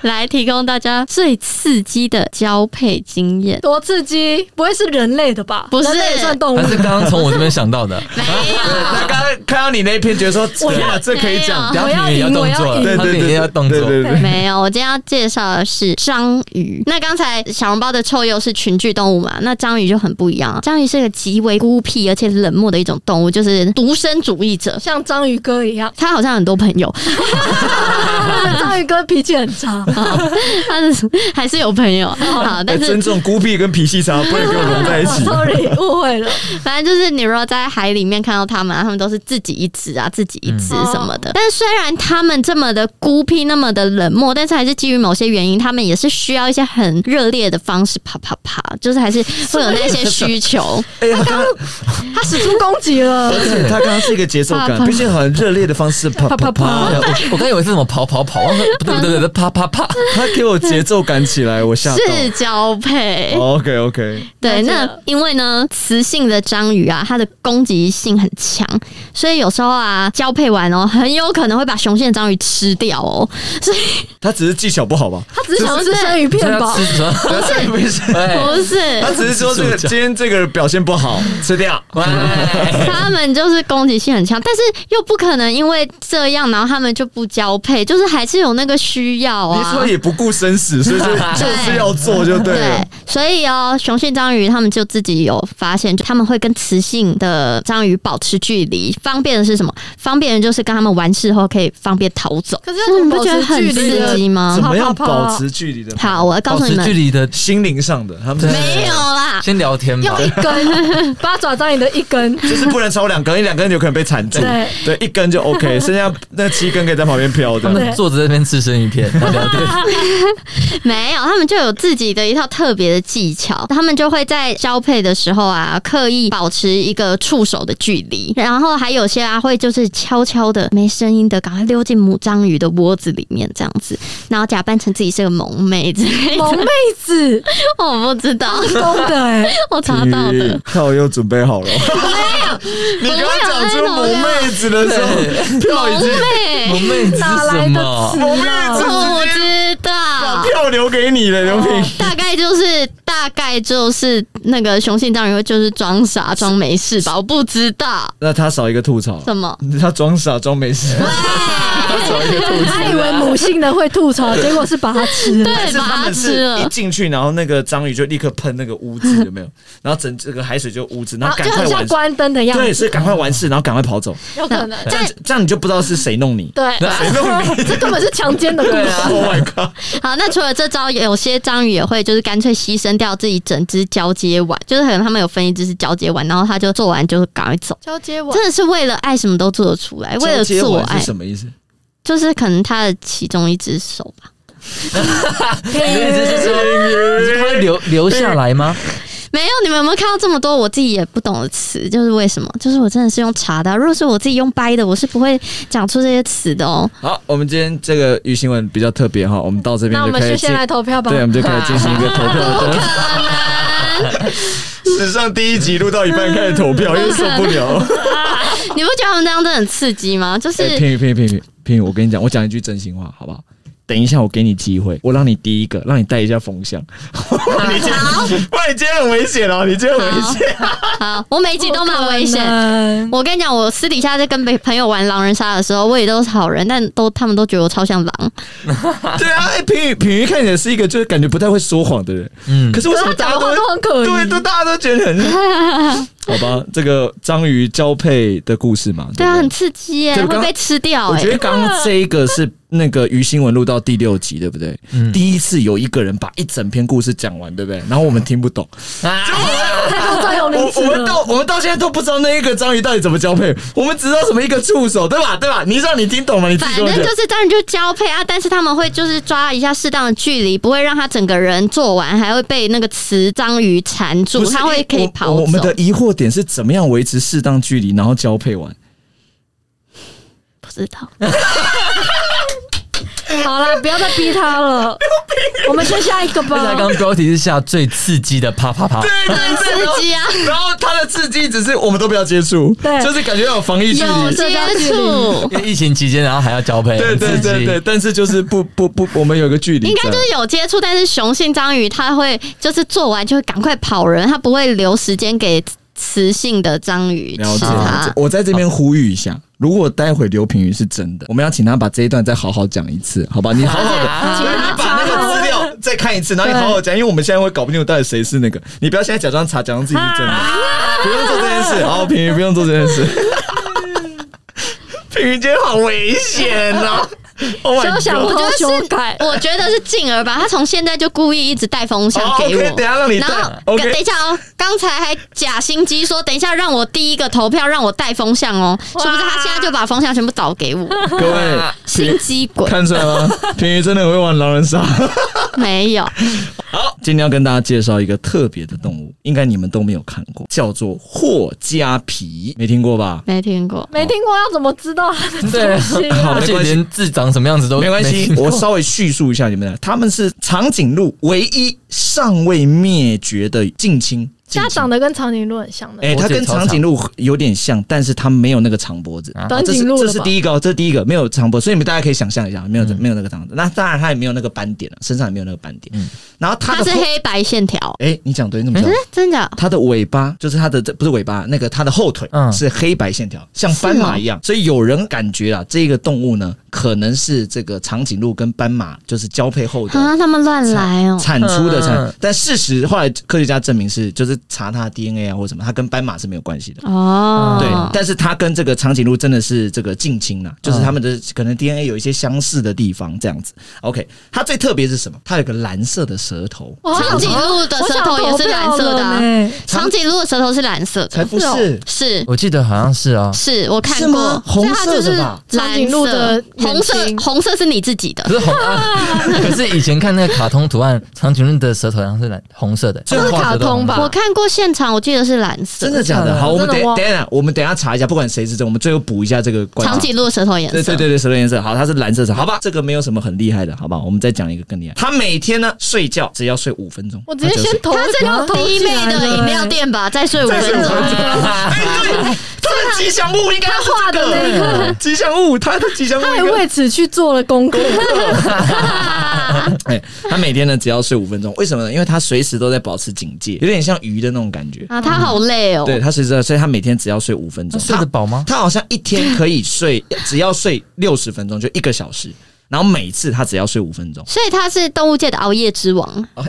S2: 来提供大家最刺激的交配经验。
S3: 多刺激！不会是人类的吧？
S2: 不是
S3: 人类也算动物
S4: 还。是刚刚从我这边想到的？
S2: 没有，
S1: 他刚刚看到你那一篇，觉得说
S3: 我要
S1: 天啊，这可以讲
S2: 没。
S4: 等一
S3: 我
S4: 下
S3: 要
S4: 你也要
S3: 赢
S4: 动
S3: 我要
S4: 作了，
S3: 赢
S1: 对
S4: 它
S1: 对
S4: 你
S1: 对，
S4: 也要动
S1: 对
S4: 作。
S1: 对对对。
S2: (laughs) 没有，我今天要介绍的是章鱼。那刚才小笼包的臭鼬是群居动物嘛？那章鱼就很不一样。章鱼是个极为孤僻而且冷漠的一种动物，就是独身主义者。，
S3: 像章鱼哥一样
S2: 他好像很多朋友， (laughs)
S3: 章鱼哥脾气很差，
S2: 他是 (laughs) 还是有朋友。好，
S1: 哎
S2: 但是
S1: 尊重孤僻跟脾气差，不能给我融在一起。
S3: (laughs) sorry，误会了。
S2: 反正就是你如果在海里面看到它们、啊，它们都是自己一只啊，自己一只什么的。但是虽然它们这么的孤僻，那么的冷漠，但是还是基于某些原因，它们也是需要一些很热烈的方式，啪啪啪，就是还是会有那些需求。
S1: 哎呀，他刚刚
S3: 他使出攻击了，
S1: 而且他刚刚是一个节奏感，毕竟很热烈的方式，啪啪
S3: 啪
S1: 啪
S3: 啪，
S4: 对我我刚以为是什么跑跑跑，我说不对不对不对，啪啪啪，
S1: 他给我节奏感起来，我吓
S2: 是
S1: 到。哦
S2: 交配，
S1: OK OK，
S2: 对，
S3: 了解
S2: 那
S3: 了
S2: 因为呢，雌性的章鱼啊，它的攻击性很强，所以有时候啊，交配完哦，很有可能会把雄性的章鱼吃掉哦。
S1: 他只是技巧不好吧？
S3: 他只是想吃生鱼片吧
S4: 它？要吃什么？不是不
S1: 哎
S4: 是，
S2: 不
S1: (laughs)
S2: 是，
S1: 他只是说这个今天这个表现不好，吃掉。
S2: 他们就是攻击性很强，但是又不可能因为这样，然后他们就不交配，就是还是有那个需要
S1: 你
S2: 啊
S1: 说。也不顾生死，所以就就是要做就对了
S2: 对。，所以哦，雄性章鱼他们就自己有发现，就他们会跟雌性的章鱼保持距离。方便的是什么？方便的就是跟他们完事后可以方便逃走。
S3: 可是
S2: 所以你不觉得很
S3: 保持距离
S2: 刺
S3: 的
S2: 激吗
S3: 嗯
S1: 怎？么样保持距离的？
S2: 好，我要告
S4: 保
S2: 诉你
S4: 持距
S2: 们，
S4: 离的，
S1: 心灵上的，他们
S2: 没有啦，
S4: 先聊天吧
S3: 用。一根八爪章鱼的一根，
S1: 就是不能超两根，一两根有可能被缠住，对，
S3: 对
S1: 一根就 OK，剩下那七根可以在旁边飘
S4: 他
S1: 的。
S4: 们坐着在那边吃生鱼片，然后聊天。
S2: 没有，他们就有自己的一套特别的技巧，他们就会在交配的时候啊，刻意保持一个触手的距离，然后还有些啊会就是悄悄的没声音的赶快溜进母章鱼的窝子里面这样子，然后假扮成自己是个萌妹之类的，
S3: 萌妹子，
S2: (laughs) 我不知道，
S3: 公的哎，
S2: 我查到
S4: (laughs)
S2: 的。
S1: 票又准备好了，你刚刚讲出萌妹子的时候，票已
S2: 萌
S1: 经
S2: 妹，
S4: 萌妹子是
S3: 哪来
S4: 什
S3: 的
S4: 么？
S1: 萌妹
S3: 词啊？
S2: 我
S1: 子直接
S2: 知
S1: 把
S2: 道。
S1: 票留给你了，刘平。
S2: 大概就是大概就是那个雄性章鱼会就是装傻装没事吧，我不知道
S1: 那他少一个吐槽，
S2: 什么。
S1: 他装傻装没事，他少一个吐槽。
S3: 他以为母性的会吐槽，结果是把它吃了。
S1: 但
S2: 对，
S1: 是
S2: 把
S1: 他
S2: 它
S1: 们
S2: 吃
S1: 是一
S2: 了。
S1: 进去，然后那个章鱼就立刻喷那个污渍，有没有？ (laughs) 然后整这个海水就污渍，然
S3: 然
S1: 后
S3: 后
S1: 赶
S3: 啊就
S1: 快
S3: 很像
S1: 完事，
S3: 关灯的样
S1: 对，
S3: 子，
S1: 所以赶快完事，然后赶快跑走，
S3: 有可能。
S1: 这样这样你就不知道是 (laughs) 谁弄你。
S3: 对，这根本是强奸的故
S4: 对
S3: 事。
S4: 啊
S1: Oh my god！
S2: 好，那除了这招，有些章鱼也会就是干脆牺牲掉自己整只交接碗，就是可能他们有分一只是交接碗，然后他就做完就赶快走。
S3: 交接完，
S2: 真的是为了爱，什么都做得出来。为了
S1: 交接
S2: 做
S1: 完
S2: 爱
S1: 是，什么意思？
S2: 就是可能他的其中一只手吧，
S4: 你的意思是说它会留留下来吗？
S2: 没有。你们有没有看到这么多我自己也不懂的词？就是为什么？就是我真的是用查的啊、如果是我自己用掰的，我是不会讲出这些词的 (laughs) 哦。
S1: 好，我们今天这个鱼新闻比较特别哈，我们到这边
S3: 那我
S1: 就
S3: 们
S1: 可以
S3: 就
S1: 进
S3: 先，来投票吧
S1: 对，。啊我们就可以进行一个
S3: (laughs)
S1: 投票的。 (laughs) 史上第一集录到一半开始投票，因为受不了。
S2: 你不觉得他们这样真的很刺激吗？就是、
S1: 哎哎，平宇，平宇，平宇，平宇，我跟你讲，我讲一句真心话，好不好？等一下，我给你机会，我让你第一个，让你带一下风向。 (laughs) 你今天，哇，你今天很危险哦，你今天很危险。
S2: 好，我每一集都蛮危险。
S4: 险
S2: 我跟你讲，我私底下在跟朋朋友玩狼人杀的时候，我也都是好人，但都他们都觉得我超像狼。
S1: (laughs) 对啊，哎，品宇，品宇看起来是一个就是感觉不太会说谎的人，
S4: 嗯
S1: 可，是为什么
S5: 他
S1: 大家
S5: 讲
S1: 都
S5: 话
S1: 会
S5: 都很可疑，
S1: 对，都大家都觉得很 (laughs) 好吧？这个章鱼交配的故事嘛，
S2: 对
S1: 不
S2: 啊，很刺激耶、
S1: 对我刚
S2: 会被吃掉
S1: 我
S2: 哎、
S1: 觉得刚刚这一个是那个于新闻录到第六集，对不对？
S4: 嗯
S1: 第一次有一个人把一整篇故事讲完，对不对？然后我们听不懂，
S4: 啊
S5: 太多专有名
S2: (laughs)
S1: 我
S5: 词
S1: 我们
S5: 了
S1: 到我们到现在都不知道那一个章鱼到底怎么交配，我们只知道什么一个触手，对吧？对吧？你让你听懂吗？你自
S2: 哎反
S1: 己跟
S2: 正
S1: 我讲
S2: 就。是当然就交配啊，但是他们会就是抓一下适当的距离，不会让他整个人做完，还会被那个雌章鱼缠住，
S1: 不是
S2: 他会可以跑
S1: 我
S2: 走。
S1: 我们的疑惑点是怎么样维持适当距离，然后交配完？
S2: 不知道，
S5: 好了，不要再逼他了，我们先下一个
S4: 而且他
S5: 吧
S4: 刚。刚标题是下最刺激的啪啪啪，
S1: 对
S2: 很刺激啊，
S1: (laughs) 然后它的刺激只是我们都不要接触，
S5: 对
S1: 就是感觉要有防疫距
S2: 有
S1: 离。 (laughs)
S2: 接
S1: 啊
S2: 触。
S4: 因为疫情期间，然后还要交配，
S1: 对对
S4: 很刺
S1: 对
S4: 激
S1: 对，，但是就是不不不，我们有一个距离在。
S2: 应该就是有接触，但是雄性章鱼它会就是做完就会赶快跑人，它不会留时间给雌性的章鱼
S1: 了
S2: 吃
S1: 解
S2: 它。
S1: 我在这边呼吁一下，如果待会刘品瑜是真的，我们要请他把这一段再好好讲一次，好吧？你好好的，
S2: 请
S1: 对
S2: 他
S1: 你把那个资料再看一次，然后你
S5: 对
S1: 好好讲，因为我们现在会搞不清楚到底谁是那个，你不要现在假装查，假装自己是真
S2: 啊
S1: 的，不用做这件事，好，品瑜不用做这件
S2: (laughs)
S1: 事。品瑜今天好危险哦！Oh my
S5: 休
S1: god！
S5: 想
S2: 我觉得
S5: 偷
S2: 是
S5: 修改，
S2: 我觉得是静儿吧，她从现在就故意一直带风向
S1: 好
S2: 给我。
S1: 哦，OK，等一下让你带
S2: 然后，
S1: OK
S2: 等一下哦，刚才还假心机说等一下让我第一个投票，让我带风向哦，是不是？他现在就把风向全部倒给 (laughs) 我，
S1: 各位，
S2: 心机鬼
S1: 看出来吗？品瑜真的很会玩狼人杀。
S2: 没有。
S1: 好，今天要跟大家介绍一个特别的动物，应该你们都没有看过，叫做霍加皮，没听过吧？
S2: 没听过，
S5: 没听过要怎么知道他的
S4: 对
S5: 东西啊？
S1: 好
S4: 而且连字长什么样子都
S1: 没关系
S4: 哦听，过
S1: 我稍微叙述一下你们俩，他们是长颈鹿唯一尚未灭绝的近亲。近
S3: 它
S1: 亲
S3: 长得跟长颈鹿很像的，
S1: 哎、它
S4: 脖子也
S1: 跟
S4: 超
S1: 长
S4: 长
S1: 颈鹿有点像，但是它没有那个长脖子。
S4: 啊
S5: 短
S1: 这是
S5: 颈鹿
S1: 这
S5: 了
S1: 是
S5: 吧？
S1: 第一个哦，这是第一个没有长脖，所以你们大家可以想象一下，没有、
S4: 嗯
S1: 没有那个长脖。那当然它也没有那个斑点了，身上也没有那个斑点。
S4: 嗯
S1: 然后它
S2: 它
S1: 的
S2: 是
S1: 后，
S2: 黑白线条，
S1: 哎、你讲对，你怎么知
S2: 嗯
S1: 道？，
S2: 真的
S1: 它的尾巴就是它的这不是尾巴，那个它的后腿
S4: 嗯啊
S1: 是黑白线条，像斑马一样。所以有人感觉啊，这个动物呢，可能是这个长颈鹿跟斑马就是交配后的
S2: 啊？他们乱来哦，
S1: 产出的产。
S4: 嗯
S1: 但事实后来科学家证明是，就是查它的 DNA 啊或什么，它跟斑马是没有关系的。
S2: 哦，
S1: 对，但是它跟这个长颈鹿真的是这个近亲啊，就是
S4: 嗯
S1: 它们的可能 DNA 有一些相似的地方，这样子。OK，它最特别是什么？它有个蓝色的舌头，
S5: 我想
S2: 长颈鹿的
S5: 我
S2: 舌
S5: 想
S2: 头也是蓝色的啊、
S5: 投票了呢
S2: 长颈鹿的舌头是哦蓝色的，
S1: 才不是
S5: 是，
S2: 是
S4: 我记得好像是哦，
S2: 是，我看
S1: 啊是吗
S2: 过？。
S1: 红
S3: 所以它
S1: 色
S3: 就是
S1: 的吧？
S3: 长颈鹿的
S2: 蓝色红
S3: 眼
S2: 色
S3: 睛，
S2: 红色是你自己的
S4: 可，是红啊，可是以前看那个卡通图案，长颈鹿的舌头好像是蓝红色的，
S1: 这是
S4: 画
S3: 卡
S4: 得都
S3: 通
S4: 红
S3: 吧
S2: 我看过现场，我记得是蓝色。
S1: 真的假的？好，我们等
S5: 真的
S1: 等
S5: 忘
S1: 一下，我们等一下查一下，不管谁是真，我们最后补一下这个关
S2: 长
S1: 键。
S2: 颈鹿的舌头颜色，
S1: 对对对对，舌头颜色好，它是蓝色色，好吧，这个没有什么很厉害的，好吧，我们再讲一个更厉害。它每天呢睡觉只要睡五分钟，
S3: 我直接
S1: 它就
S3: 先
S1: 睡
S3: 投，不要投
S2: 弟
S3: 进
S2: 妹
S3: 来
S2: 的饮料店吧，再睡五分钟。
S1: 它的吉祥物应该是
S5: 画
S1: 这
S5: 的那
S1: 个
S5: 个，
S1: 吉祥物，它的吉祥物
S5: 他还
S1: 应该
S5: 为此去做了功课。
S1: 哎，他每天呢只要睡五分钟，为什么呢？因为他随时都在保持警戒，有点像鱼的那种感觉。
S2: 啊，他好累哦。
S1: 对他随时都，所以他每天只要睡五分钟。
S4: 睡得饱吗？
S1: 他好像一天可以
S3: (laughs)
S1: 睡，只要睡六十分钟，就一个小时。然后每次他只要睡五分
S3: (laughs)
S1: 钟，
S2: 所以他是动物界的熬夜之王，
S1: 哦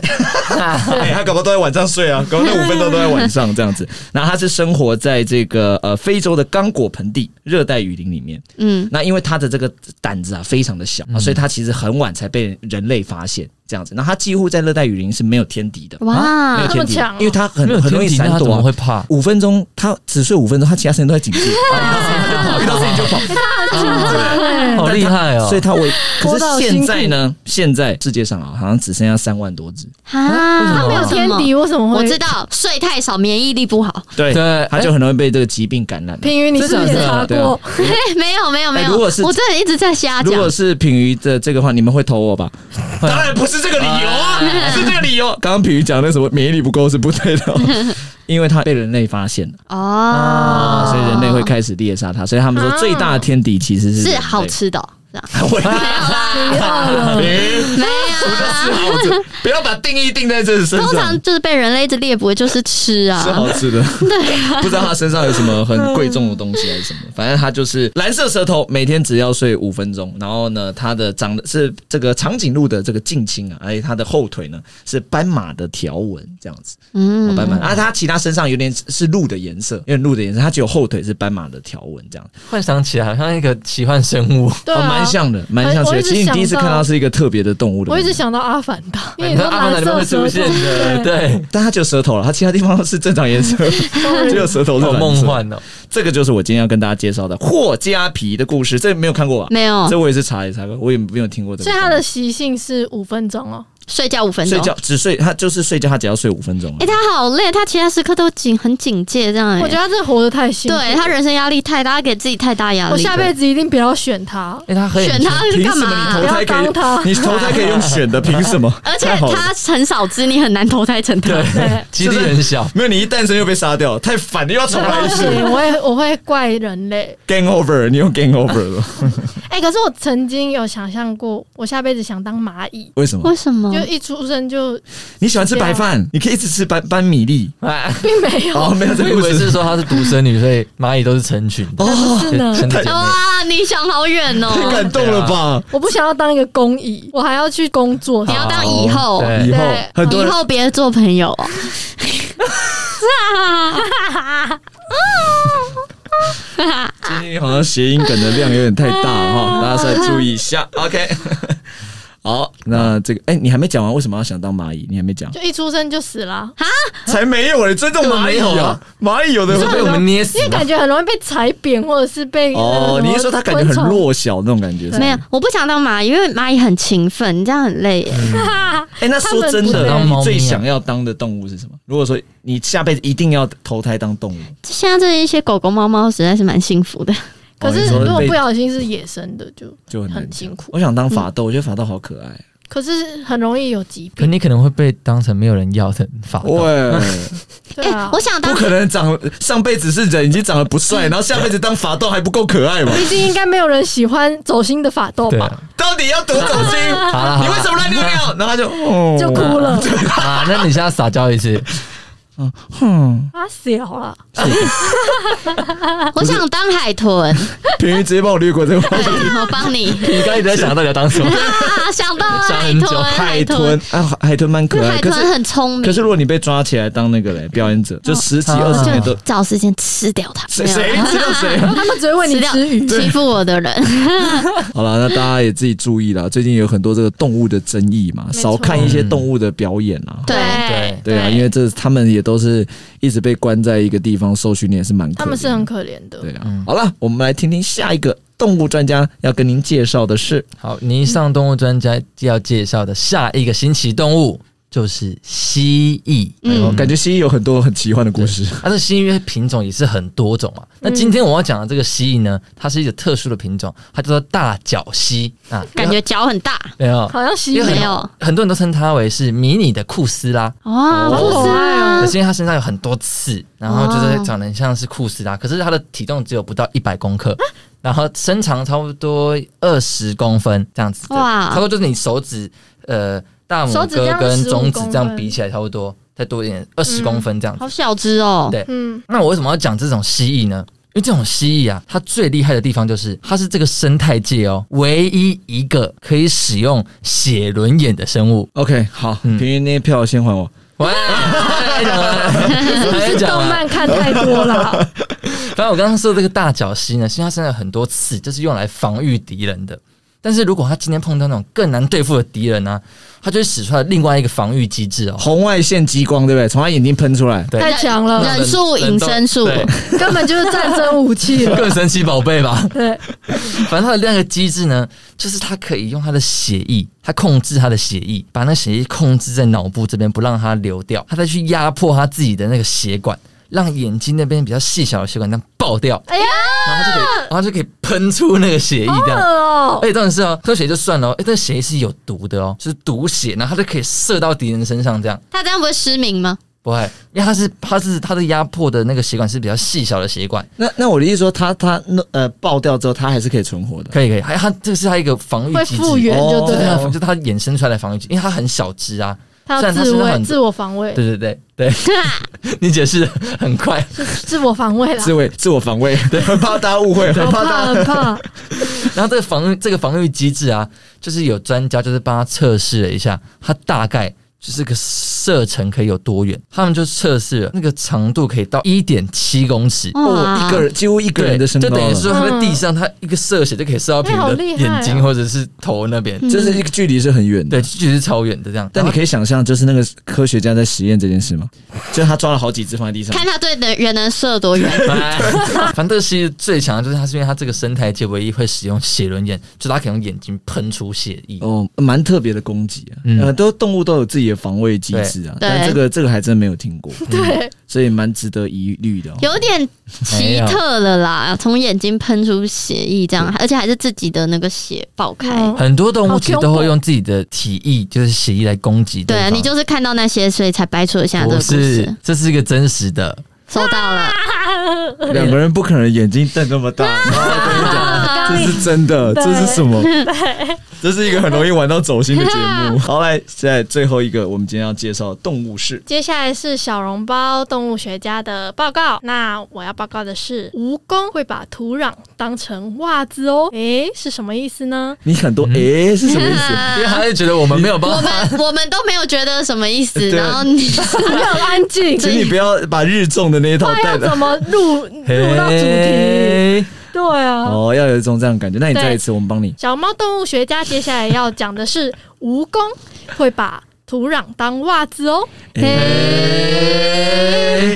S1: 哎，他搞不好都在晚上睡
S3: (laughs)
S1: 啊，搞不好那五分钟都在晚上这样子。然后他是生活在这个呃非洲的刚果盆地热带雨林里面。
S2: 嗯，
S1: 那因为它的这个胆子啊非常的小
S3: 嗯
S1: 啊，所以它其实很晚才被人类发现这样子。那它几乎在热带雨林是没有天敌的，没
S2: 哇
S1: 有，天敌
S3: 这么强哦，
S1: 因为它很
S4: 没有
S1: 很容易
S4: 天敌那
S1: 闪
S4: 他怎
S1: 躲啊
S4: 么会。怕？
S1: 五分钟，它只睡五分钟，它其他时间都在
S3: (laughs)
S1: 警戒，啊遇到事情就跑，遇到事情就跑。
S4: 好厉害哦！
S1: 所以它为可
S5: 活
S1: 是
S5: 到
S1: 现
S5: 辛苦
S1: 在呢？现在世界上啊，好像只剩下三万多只。
S2: 啊，
S5: 他没
S3: 哦
S5: 有天敌，为什
S1: 哎
S5: 么会？
S2: 我知道睡太少，免疫力不好。 (laughs)
S1: 对
S4: 对
S1: 它就很容易被这个疾病感染。
S5: 平宇，你是不是
S4: 真
S5: 也
S4: 的
S5: 查
S1: 对啊
S5: 过？
S2: 没有没有没有，
S1: 哎如果是
S2: 我真的一直在瞎
S1: 如
S2: 讲。
S1: 果是品瑜的这个话，你们会投我吧？
S4: 会啊
S1: 当然不是这个理由啊，是这个理由。刚刚品瑜讲那什么免疫力不够是不对的哦，因为它被人类发现了，
S2: 哦，
S1: 所以人类会开始猎杀它，所以他们说最大的天敌其实是人
S2: 啊是
S1: 类
S2: 好吃的哦、这 (laughs) 样。
S1: (laughs) 我 (laughs)
S5: 不要了，
S1: 诶
S2: 没有啊，
S1: 是好吃，不要把定义定在这身
S2: 通
S1: 上
S2: 常。就是被人类一直猎捕，就是吃
S1: 是
S2: 啊。
S1: 好吃
S3: (laughs)
S1: 的，
S3: 啊
S1: (laughs) 不知道他身上有什么很贵重的东西还是什么，反正他就是蓝色舌头，每天只要睡五分钟。然后呢，他的长的是这个长颈鹿的这个近亲啊，而且他的后腿呢是斑马的条纹这样子。
S2: 嗯，
S1: 斑马，啊，它其他身上有点是鹿的颜色，有点鹿的颜色，它只有后腿是斑马的条纹这样，
S4: 幻想起来好像一个奇幻生物，
S3: 对
S1: 哦
S3: 啊，
S1: 蛮、像的，蛮像
S3: 哎我
S1: 的。
S3: 一直
S1: 其实你第一次
S3: 想
S1: 看
S3: 到
S1: 到是一个特别的动物的
S3: (laughs) 我
S1: 名
S3: 一
S1: 字，
S3: 直想到阿凡
S4: (laughs)
S3: 达，
S5: 因为你说
S4: 阿凡达
S5: 蓝
S4: 里面
S5: 色
S4: 会出
S5: 舌
S4: 现
S5: 头，
S4: 的，对，
S1: 但它只有舌头了，它其他地方都是正常颜
S3: (laughs)
S1: 色， (laughs) 只有舌头是
S4: 好
S1: 蓝色
S4: 梦。幻哦。
S1: 这个就是我今天要跟大家介绍的霍加皮的故事，这没有看过吧？
S2: 没有
S1: 这我也是查一查过，我也没有听过这个。
S3: 所以它的习性是五分钟哦。
S2: 睡觉五分钟
S1: 睡。觉只睡，它就是睡觉，它只要睡五分钟啊。
S2: 哎、他好累，他其他时刻都警很警戒这样、哎
S3: 我觉得他真的活得太辛苦，
S2: 对他人生压力太大，他给自己太大压力了。
S3: 我下辈子一定不要
S2: (laughs)
S3: 选他。
S4: 哎，他很
S2: 选他是
S1: 凭
S2: 干
S1: 什
S2: 嘛、
S1: 么你投
S3: 不
S1: 胎
S3: 要当
S1: 可
S3: 它
S1: 以？你投胎可以用选的，凭什么？
S2: 而且
S1: 太好了
S2: 他很少知，你很难投胎成他。
S3: 对，
S4: 几率很小，
S1: 没有你一诞生又被杀掉，太烦，又要重来
S3: 不
S1: 一次。
S3: 行， (laughs) 我会我会怪人类。
S1: Game over，你用 Game over 了？
S3: 哎、可是我曾经有想象过，我下辈子想当蚂蚁，
S1: 为什么？
S2: 为什么？
S3: 就一出生就
S1: 你喜欢吃白饭，你可以一直吃斑斑米粒。
S4: 哎
S3: 并没有。
S1: 哦，没有这
S4: 我以
S1: 个故
S4: 为是
S1: 事。
S4: 说她是独生女，所以蚂蚁都是成群的，
S1: 哦，
S4: 对兄弟姐妹。
S2: 哇，你想好远哦、
S1: 太感动了吧！
S3: 我不想要当一个工蚁，我还要去工作。
S2: 你要当以后，
S4: 对
S1: 以后
S3: 对
S1: 很多
S2: 以
S1: 人
S2: 后别做朋友哦、
S1: 今天哎好像谐音梗的量有点太大了哈，大家再注意一下。OK，好，那这个哎，你还没讲完，为什么要想当蚂蚁？你还没讲，
S3: 就一出生就死了，
S1: 才没有嘞！尊重蚂蚁
S4: 根本没有
S1: 啊
S4: 啊，
S1: 蚂蚁有的
S4: 你是被我们捏死
S3: 因为
S4: 吗
S3: 感？觉很容易被踩扁，或者是被呃
S1: 哦，你是说它感觉很？弱小那种感觉？是吗
S2: 没有，我不想当蚂蚁，因为蚂蚁很勤奋，你这样很累耶。
S3: (laughs)
S1: 哎，那说真
S4: 他们
S1: 的，
S4: 不能
S1: 你最想要当的动物是什么？如果说你下辈子一定要投胎当动物，
S2: 现在这一些狗狗、猫猫实在是蛮幸福的。
S3: 可
S1: 哦
S3: 是
S1: 你说
S3: 如果
S1: 被
S3: 不小心是野生的，就
S1: 就很难
S3: 很
S1: 讲
S3: 辛苦
S1: 我想当法斗，我觉得法斗好可爱。啊
S3: 可是很容易有疾
S4: 可
S3: 病。
S4: 你可能会被当成没有人要的法斗，
S1: 喂，
S3: 对
S2: 哎、
S3: 啊，
S2: 我想当
S1: 不可能长上辈子是人，已经长得不帅，然后下辈子当法斗还不够可
S3: (laughs)
S1: 爱吗？
S3: 毕竟应该没有人喜欢走心的法斗
S4: 对
S3: 吧？
S4: 啊，
S1: 到底要多走心？
S3: (laughs)
S4: 好了，
S1: 你为什么来尿尿？然后他就哦，
S3: 就哭了，
S4: 么啊？那你现在撒娇一次，
S1: 嗯，
S3: 啊，小了。
S2: 我想当海豚，
S1: 平鱼直接帮我略
S3: (laughs)
S1: 过这个话
S2: (laughs)
S1: 题。
S2: 对，我
S1: (laughs)
S2: 帮你
S4: (laughs) 你刚才在想到底要当什么？
S2: 啊，想到
S4: 想
S2: 海
S4: 很久
S2: 豚，
S1: 海豚，啊，海豚蛮
S2: 可
S1: 可
S2: 是
S1: 爱，
S2: 海
S1: 可
S2: 豚
S1: 是
S2: 很聪明，
S1: 可是如果你被抓起来当那个嘞表演者，就十几二
S2: 我
S1: 十年
S2: 就
S1: 都
S2: 找时间吃掉它。
S1: 谁
S2: 没有
S1: 谁
S2: 啦
S1: 知道
S3: (laughs)
S1: 谁？
S3: 他们只会为你
S2: 吃掉
S3: 吃鱼，
S2: 欺负我的人，
S1: 好了，那大家也自己注意啦。最近有很多这个动物的争议嘛，
S3: 错嗯
S1: 少看一些动物的表演啊。
S2: 对
S4: (laughs) 对
S1: 对啊，因为这他们也都是一直被关在一个地方受训练，也是蛮可
S3: 他们
S1: 怜
S3: 是很可怜的。
S1: 对啊。
S4: 嗯
S1: 好了，我们来听听下一个动物专家要跟您介绍的是
S4: 好，你上动物专家要介绍的下一个新奇动物就是蜥蜴。
S1: 哦，
S2: 嗯，
S1: 感觉蜥蜴有很多很奇幻的故事。
S4: 它的蜥蜴的品种也是很多种啊。那今天我要讲的这个蜥蜴呢，它是一个特殊的品种，它叫做大角蜥啊。
S2: 感觉脚很大，
S4: 没有，
S3: 好哦像蜥
S4: 因为
S3: 蜴
S4: 很
S2: 没有
S4: 很多人都称它为是迷你的库斯拉，
S2: 哇，
S1: 哦
S2: 不是啊
S4: 可，是因为它身上有很多刺，然后就是长得很像是库斯
S3: 哦
S4: 拉，可是它的体重只有不到一百公克，然后身长差不多二十公分这样子的，
S2: 哇
S4: 差不多就是你手指呃大
S3: 手
S4: 拇
S3: 指这
S4: 哥
S3: 样
S4: 跟
S3: 15
S4: 中指这样
S3: 公
S4: 比
S3: 分
S4: 起来差不多，再多一点二十公分这样子。
S2: 好小只哦，
S4: 对
S3: 嗯，
S4: 那我为什么要讲这种蜥蜴呢？因为这种蜥蜴啊，它最厉害的地方就是它是这个生态界哦唯一一个可以使用血轮眼的生物。
S1: OK，好，
S4: 嗯
S1: 平云那些票先还我。
S4: 喂， (laughs) 还没讲完，还没讲
S3: 动
S4: 完。
S3: 漫看太多了，
S4: 反正我刚刚说的这个大脚蜥呢，是因为它身上有很多刺，就是用来防御敌人的。但是如果它今天碰到那种更难对付的敌人呢、啊它就会使出来另外一个防御机制哦。
S1: 红外线激光，对不对？从他眼睛喷出来。
S4: 对
S3: 太强了，
S2: 忍术隐身术
S4: 对
S3: 根本就是战争
S2: (laughs)
S3: 武
S4: (laughs)
S3: 器了。
S4: 更神奇宝贝吧？
S3: 对，
S4: 反正它的那个机制呢，就是它可以用它的血液，它控制它的血液，把那血液控制在脑部这边，不让它流掉，它再去压迫它自己的那个血管，让眼睛那边比较细小的血管这样爆掉，
S3: 哎呀，
S4: 然后它就可以，然后它就可以喷出那个血液这样。
S3: 哦，
S4: 而且重点是哦，喝血就算了、哦，哎、这血液是有毒的哦，就是毒血，然后它就可以射到敌人身上这样。
S2: 他这样不会失明吗？
S4: 不会，因为它是它是它的压迫的那个血管是比较细小的血管，
S1: 那那我的意思说，它它那呃爆掉之后，它还是可以存活的。
S4: 可以可以，还它这是它一个防御
S3: 会
S4: 机
S3: 复
S4: 制。
S3: 原就对
S4: 对
S3: 了，
S4: 啊，就是它衍生出来的防御机，因为它很小只啊。
S3: 他
S4: 虽
S3: 要
S4: 然它
S3: 自
S4: 是很
S3: 卫、自我防卫、
S4: 对对对对，
S3: (laughs)
S4: 你解释得很快。
S3: 自我防卫
S1: (laughs)
S3: 啦
S1: 自。卫自我防卫， (laughs) 对，很怕大家误会，很
S5: 好
S1: 怕
S5: 怕
S1: 大家。
S5: 很怕，
S4: 然后这个防御这个防御机制啊，就是有专家就是帮他测试了一下，它大概就是个射程可以有多远，他们就测试了那个长度可以到一点七公尺。
S1: 哦，一个人几乎一个人的身高
S4: 对就等于
S1: 了，
S4: 是说他在地上，他一个射血就可以射到别人
S3: 哎好
S4: 的
S3: 厉害
S4: 眼睛
S3: 哦嗯
S4: 或者是头那边，
S1: 就是一个距离是很远的
S4: 对，。距离是超远的这样。
S1: 但你可
S4: 以
S1: 以想象，就是那个科学家在实验这件事吗？就是他抓了好几只放在地上，
S2: 看他对的人能射多远。
S4: (laughs) 凡特西最强的就是它，是因为它这个生态界唯一会使用血轮眼，就是它可以用眼睛喷出血液。
S1: 哦，蛮特别的攻击啊。
S4: 嗯
S1: 很、多动物都有自己的防卫机制啊，
S2: 对
S1: 但这个这个还真没有听过，嗯
S3: 对，
S1: 所以蛮值得疑虑的、哦。
S2: 有点奇特了啦，从眼睛喷出血液这样，而且还是自己的那个血爆开。
S3: 嗯
S4: 很多动物其实都会用自己的体液，就是血液来攻击
S2: 对啊，
S4: 方
S2: 你就是看到那些，所以才掰出了现在这个
S4: 不
S2: 故事
S4: 是。，这是一个真实的。
S2: 收到了，
S1: (laughs) 两个人不可能眼睛瞪那么大，然
S4: (laughs)
S1: 后跟你讲，这是真的，
S5: 对
S1: 这是什么？ (laughs) 这是一个很容易玩到走心的节目。好，来，现在最后一个，我们今天要介绍的动物是
S3: 接下来是小笼包动物学家的报告。那我要报告的是，蜈蚣会把土壤当成袜子哦。诶，是什么意思呢？
S1: 你很多诶、是什么意
S4: (laughs)
S1: 思？
S4: 因为他就觉得我们没有
S2: 我
S4: 帮他，
S2: 们我们都没有觉得什么意思，
S1: 对啊
S2: 然后你
S5: 没有安静，
S1: 请你不要把日中的那一套
S3: 哎
S5: 那
S1: 带
S5: 要
S3: 哦
S1: 的
S5: 怎么入入到主题？
S4: 嘿
S5: 对啊，
S1: 哦，要有一种这样的感觉。那你
S3: 对
S1: 再一次，我们帮你。
S3: 小猫动物学家接下来要讲的是，蜈蚣会把土壤当袜子哦，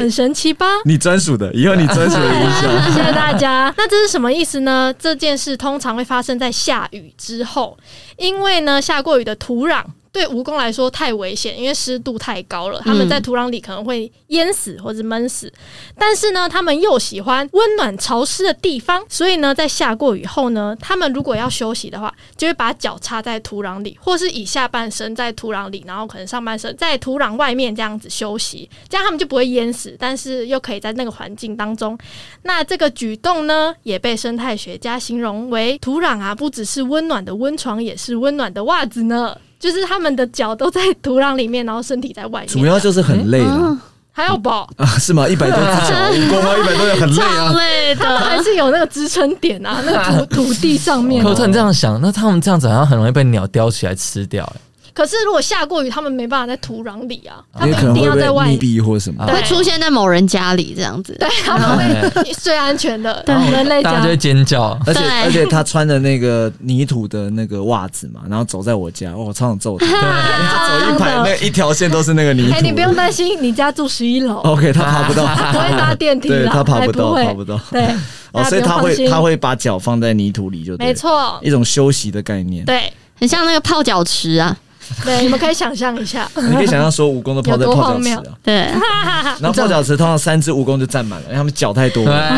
S3: 很神奇吧？
S1: 你专属的，以后你专属的音
S3: (laughs)
S1: 效。
S3: 谢谢大家。那这是什么意思呢？这件事通常会发生在下雨之后，因为呢，下过雨的土壤。对蜈蚣来说太危险，因为湿度太高了，它们在土壤里可能会淹死或者闷死。但是呢，它们又喜欢温暖潮湿的地方，所以呢，在下过雨后呢，它们如果要休息的话，就会把脚插在土壤里，或是以下半身在土壤里，然后可能上半身在土壤外面这样子休息，这样它们就不会淹死，但是又可以在那个环境当中那这个举动呢，也被生态学家形容为土壤啊，不只是温暖的温床，也是温暖的袜子呢。就是他们的脚都在土壤里面，然后身体在外面。
S1: 主要就是很累了
S2: 嗯
S3: 还有宝，
S1: 啊，是吗？一百多只脚，蜈蚣猫一百多只很累
S2: (laughs) 超
S1: 啊。
S2: 累
S3: 它
S2: 的。
S3: 还是有那个支撑点啊，那个土。
S5: 土地上面
S4: 可我突然这样想，那他们这样子好像很容易被鸟叼起来吃掉。欸
S3: 可是如果下过雨，他们没办法在土壤里啊，他
S1: 你
S3: 们
S1: 可能
S3: 一定
S1: 会
S3: 要在
S1: 被
S3: 外
S1: 密
S3: 面。
S1: 闭或什么
S3: 对。
S2: 会出现在某人家里这样子，对，
S3: 他们
S4: 哎
S3: 会 (laughs) 最安全的。
S5: 对人类
S4: 大
S5: 家
S4: 家就会尖叫。
S1: (laughs) 而且
S2: 对
S1: 而且他穿的那个泥土的那个袜子嘛，然后走在我家，哦我超想揍
S5: (laughs)
S1: 他。他走一排，那一条线都是那个泥
S5: 哎，你不
S1: 土。
S5: 用担心，你家住十一楼，
S1: (laughs) OK，他爬不 (laughs)
S5: (laughs)
S1: 到，
S5: 不会搭电梯
S1: 哦对
S5: 啦，
S1: 他爬
S5: 还
S1: 不到，
S5: 会
S1: 爬不到。
S5: 对，
S1: 哦，所以他
S5: 大家不用放
S1: 会
S5: 心
S1: 他会把脚放在泥土里，就对了
S3: 没，错，
S1: 一种休息的概念。
S3: 对
S2: 很像那个泡脚池啊，
S3: 对，你们可以想象一
S1: (laughs)
S3: 下。
S1: 你可以想象说，蜈蚣都泡在
S3: 有多
S1: 泡脚
S3: 荒
S1: 池
S3: 谬
S1: 啊，
S2: 对，
S1: 然后泡脚池通常三只蜈蚣就占满了，因为他们脚太多了。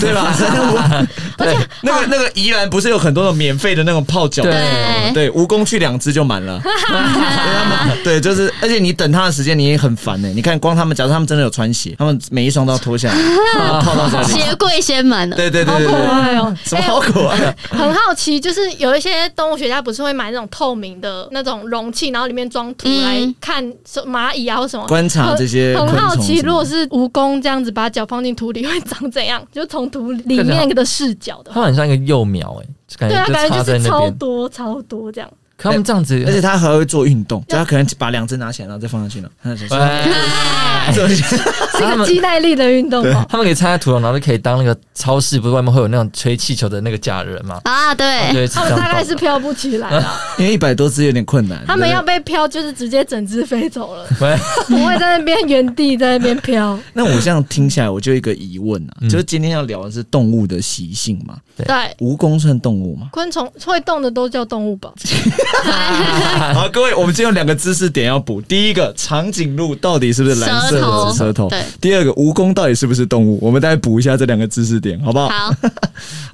S4: 对
S1: 对
S5: (laughs)
S1: 吧？而且那个那个宜兰不是有很多的免费的那种泡脚？
S4: 对
S2: 哎
S1: 对，蜈蚣去两只就满了。 (laughs) 对，就是，而且你等它的时间你也很烦欸呢、你看，光他们，假如他们真的有穿鞋，他们每一双都要脱下来，然后泡到这里。
S2: 鞋柜先满了，
S1: 对对对对对，
S5: 哎呦，
S1: 什么好可爱啊？
S3: 很好奇，就是有一些动物学家不是会买那种透明的那种容器，然后里面装土
S2: 嗯
S3: 来看什蚂蚁啊或什么。
S1: 观察这些
S3: 很
S1: 昆虫什么的。
S3: 好奇，如果是蜈蚣这样子把脚放进土里会长怎样？就从土里面的视角的话，
S4: 它很像一个幼苗，哎，就感
S3: 对
S4: 觉
S3: 啊，
S4: 就
S3: 感觉
S4: 插
S3: 就
S4: 在
S3: 是
S4: 那
S3: 超
S4: 边。
S3: 多超多这样。
S4: 可他们这样子，
S1: 而且它还会做运动，就它可能把两只拿起来，然后再放下去呢。
S4: 哎
S1: 做一下
S5: 是一
S4: 他
S5: 个
S4: 们
S5: 肌耐力的
S3: 哦
S5: 运动吧？
S4: 他们可以插在土壤，然后就可以当那个超市，不是外面会有那种吹气球的那个假人嘛？
S2: 啊，对，
S4: 对，
S3: 他们大概是飘不起来了，
S1: 因为一百多只有点困难。
S3: 他们
S1: 对
S3: 要
S1: 不
S3: 被飘就是直接整只飞走了，
S4: 喂
S5: 不会在那边原地在那边飘，
S1: 对那我这样听下来，我就有一个疑问啊，就是今天要聊的是动物的习性嘛？
S3: 对。
S1: 蜈蚣算动物吗？
S3: 昆虫会动的都叫动物吧？
S2: (laughs)
S1: (laughs) 好，各位，我们今天有两个知识点要补。第一个，长颈鹿到底是不是蓝色的紫
S2: 舌
S1: 舌
S2: 头
S1: 头？
S2: 对
S1: 第二个，蜈蚣到底是不是动物？我们再补一下这两个知识点，好不好？
S2: 好，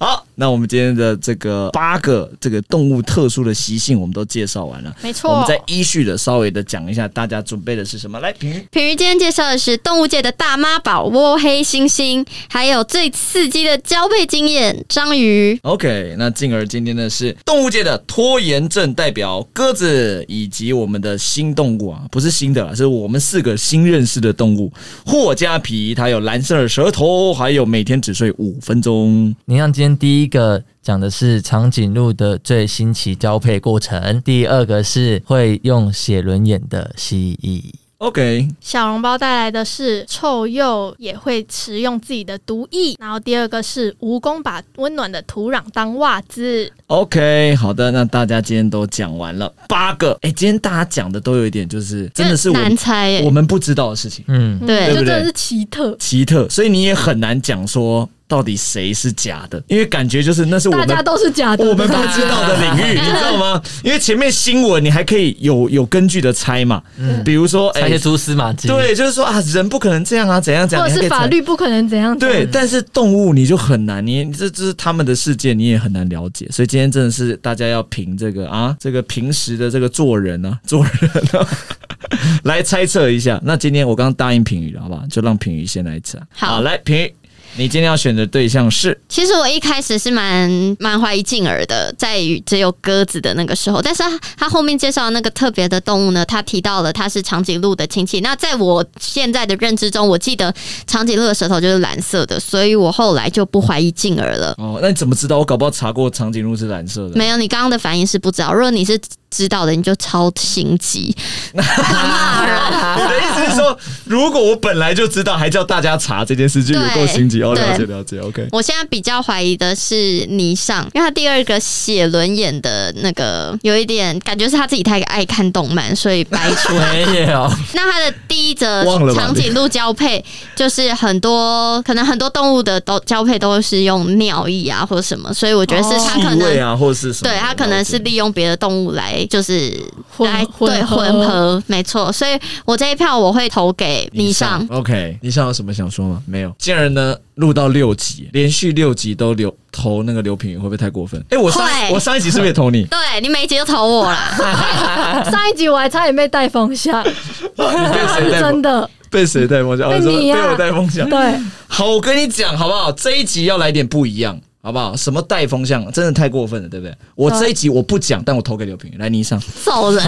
S1: 好，那我们今天的这个八个这个动物特殊的习性，我们都介绍完了。
S3: 没错，
S1: 我们再依序的稍微的讲一下，大家准备的是什么？来，平
S2: 品瑜今天介绍的是动物界的大妈宝窝黑猩猩，还有最刺激的交配经验章鱼。
S1: OK，那进而今天呢是动物界的拖延症代表鸽子，以及我们的新动物啊，不是新的啦，是我们四个新认识的动物霍加皮，它有蓝色的舌头，还有每天只睡五分钟。
S4: 你像今天第一个讲的是长颈鹿的最新奇交配过程，第二个是会用写轮眼的蜥蜴。
S1: OK，
S3: 小笼包带来的是臭鼬也会食用自己的毒液，然后第二个是蜈蚣把温暖的土壤当袜子。
S1: OK，好的，那大家今天都讲完了八个，哎、今天大家讲的都有一点就是真的是我
S2: 难
S1: 们
S2: 猜耶、
S1: 我们不知道的事情，
S4: 嗯，
S2: 对
S3: 就
S1: 对不
S3: 真
S1: 对
S3: 的是奇特。
S1: 奇特，所以你也很难讲说到底谁是假的，因为感觉就是那是我
S5: 大
S1: 们
S5: 家都是
S3: 啊
S5: 假的，
S1: 我们不知道的
S3: (laughs)
S1: 领域，你知道吗？因为前面新闻你还可以有有根据的猜嘛，
S3: 嗯
S1: 比如说
S4: 猜
S1: 哎
S4: 些，蛛丝马迹。，
S1: 对，就是说啊，人不可能这样啊，怎样怎样，
S3: 或者
S1: 你还可以
S3: 是
S1: 猜
S3: 法律不可能怎样？
S1: 对，但是动物你就很难，你这这是他们的世界，你也很难了解。所以今天真的是大家要凭这个啊，这个平时的这个做人啊， (laughs) 做人啊，来猜测一下。那今天我刚刚答应品宇了，好不好？就让品宇先来猜。
S2: 好
S1: 来品宇，你今天要选的对象是
S2: 其实我一开始是蛮蛮怀疑静儿的，在于只有鸽子的那个时候，但是他他后面介绍的那个特别的动物呢，他提到了它是长颈鹿的亲戚。那在我现在的认知中，我记得长颈鹿的舌头就是蓝色的，所以我后来就不怀疑静儿了。
S1: 哦，那你怎么知道？我搞不好查过长颈鹿是蓝色的。
S2: 没有，你刚刚的反应是不知道。如果你是知道的，你就超心急。
S1: 我的意思是 (laughs) 说，如果我本来就知道，还叫大家查这件事，就有够心急。哦，
S2: 对
S1: 了解了解，OK。
S2: 我现在比较怀疑的是霓裳，因为他第二个写轮眼的那个有一点感觉是他自己太爱看动漫，所
S1: (laughs)
S2: 以掰出来。
S4: 没有，
S2: 那他的第一则
S1: 忘了吧
S2: 长颈鹿交配，就是很多可能很多动物的都交配都是用尿液啊或者什么，所以我觉得是他可
S1: 气味
S2: 能。
S1: 啊，或者是什么的？
S2: 对他可能是利用别的动物来，就是
S3: 混
S2: 来
S3: 混
S2: 对
S3: 合
S2: 混
S3: (laughs)
S2: 合，没错。所以我这一票我会投给
S1: 以
S2: 霓裳，
S1: OK，以上有什么想说吗？没有。竟然呢，录到六集，连续六集都留投那个刘品宇，会不会太过分？哎、我上
S2: 会
S1: 我上一集是不是也投
S2: (laughs)
S1: 你？
S2: 对你每一集都投我 (laughs) 啦，
S5: 上一集我还差点被带风向，
S1: 你 (laughs) 被谁带风
S5: 真？的。
S1: 被谁带风向？
S5: 被
S1: 我说
S5: 你呀
S1: 被我带风向。
S5: 对，
S1: 好，我跟你讲好不好？这一集要来点不一样，好不好？什么带风向，真的太过分了，对不对？我这一集我不讲，但我投给刘品宇。来，你上。
S2: 走人。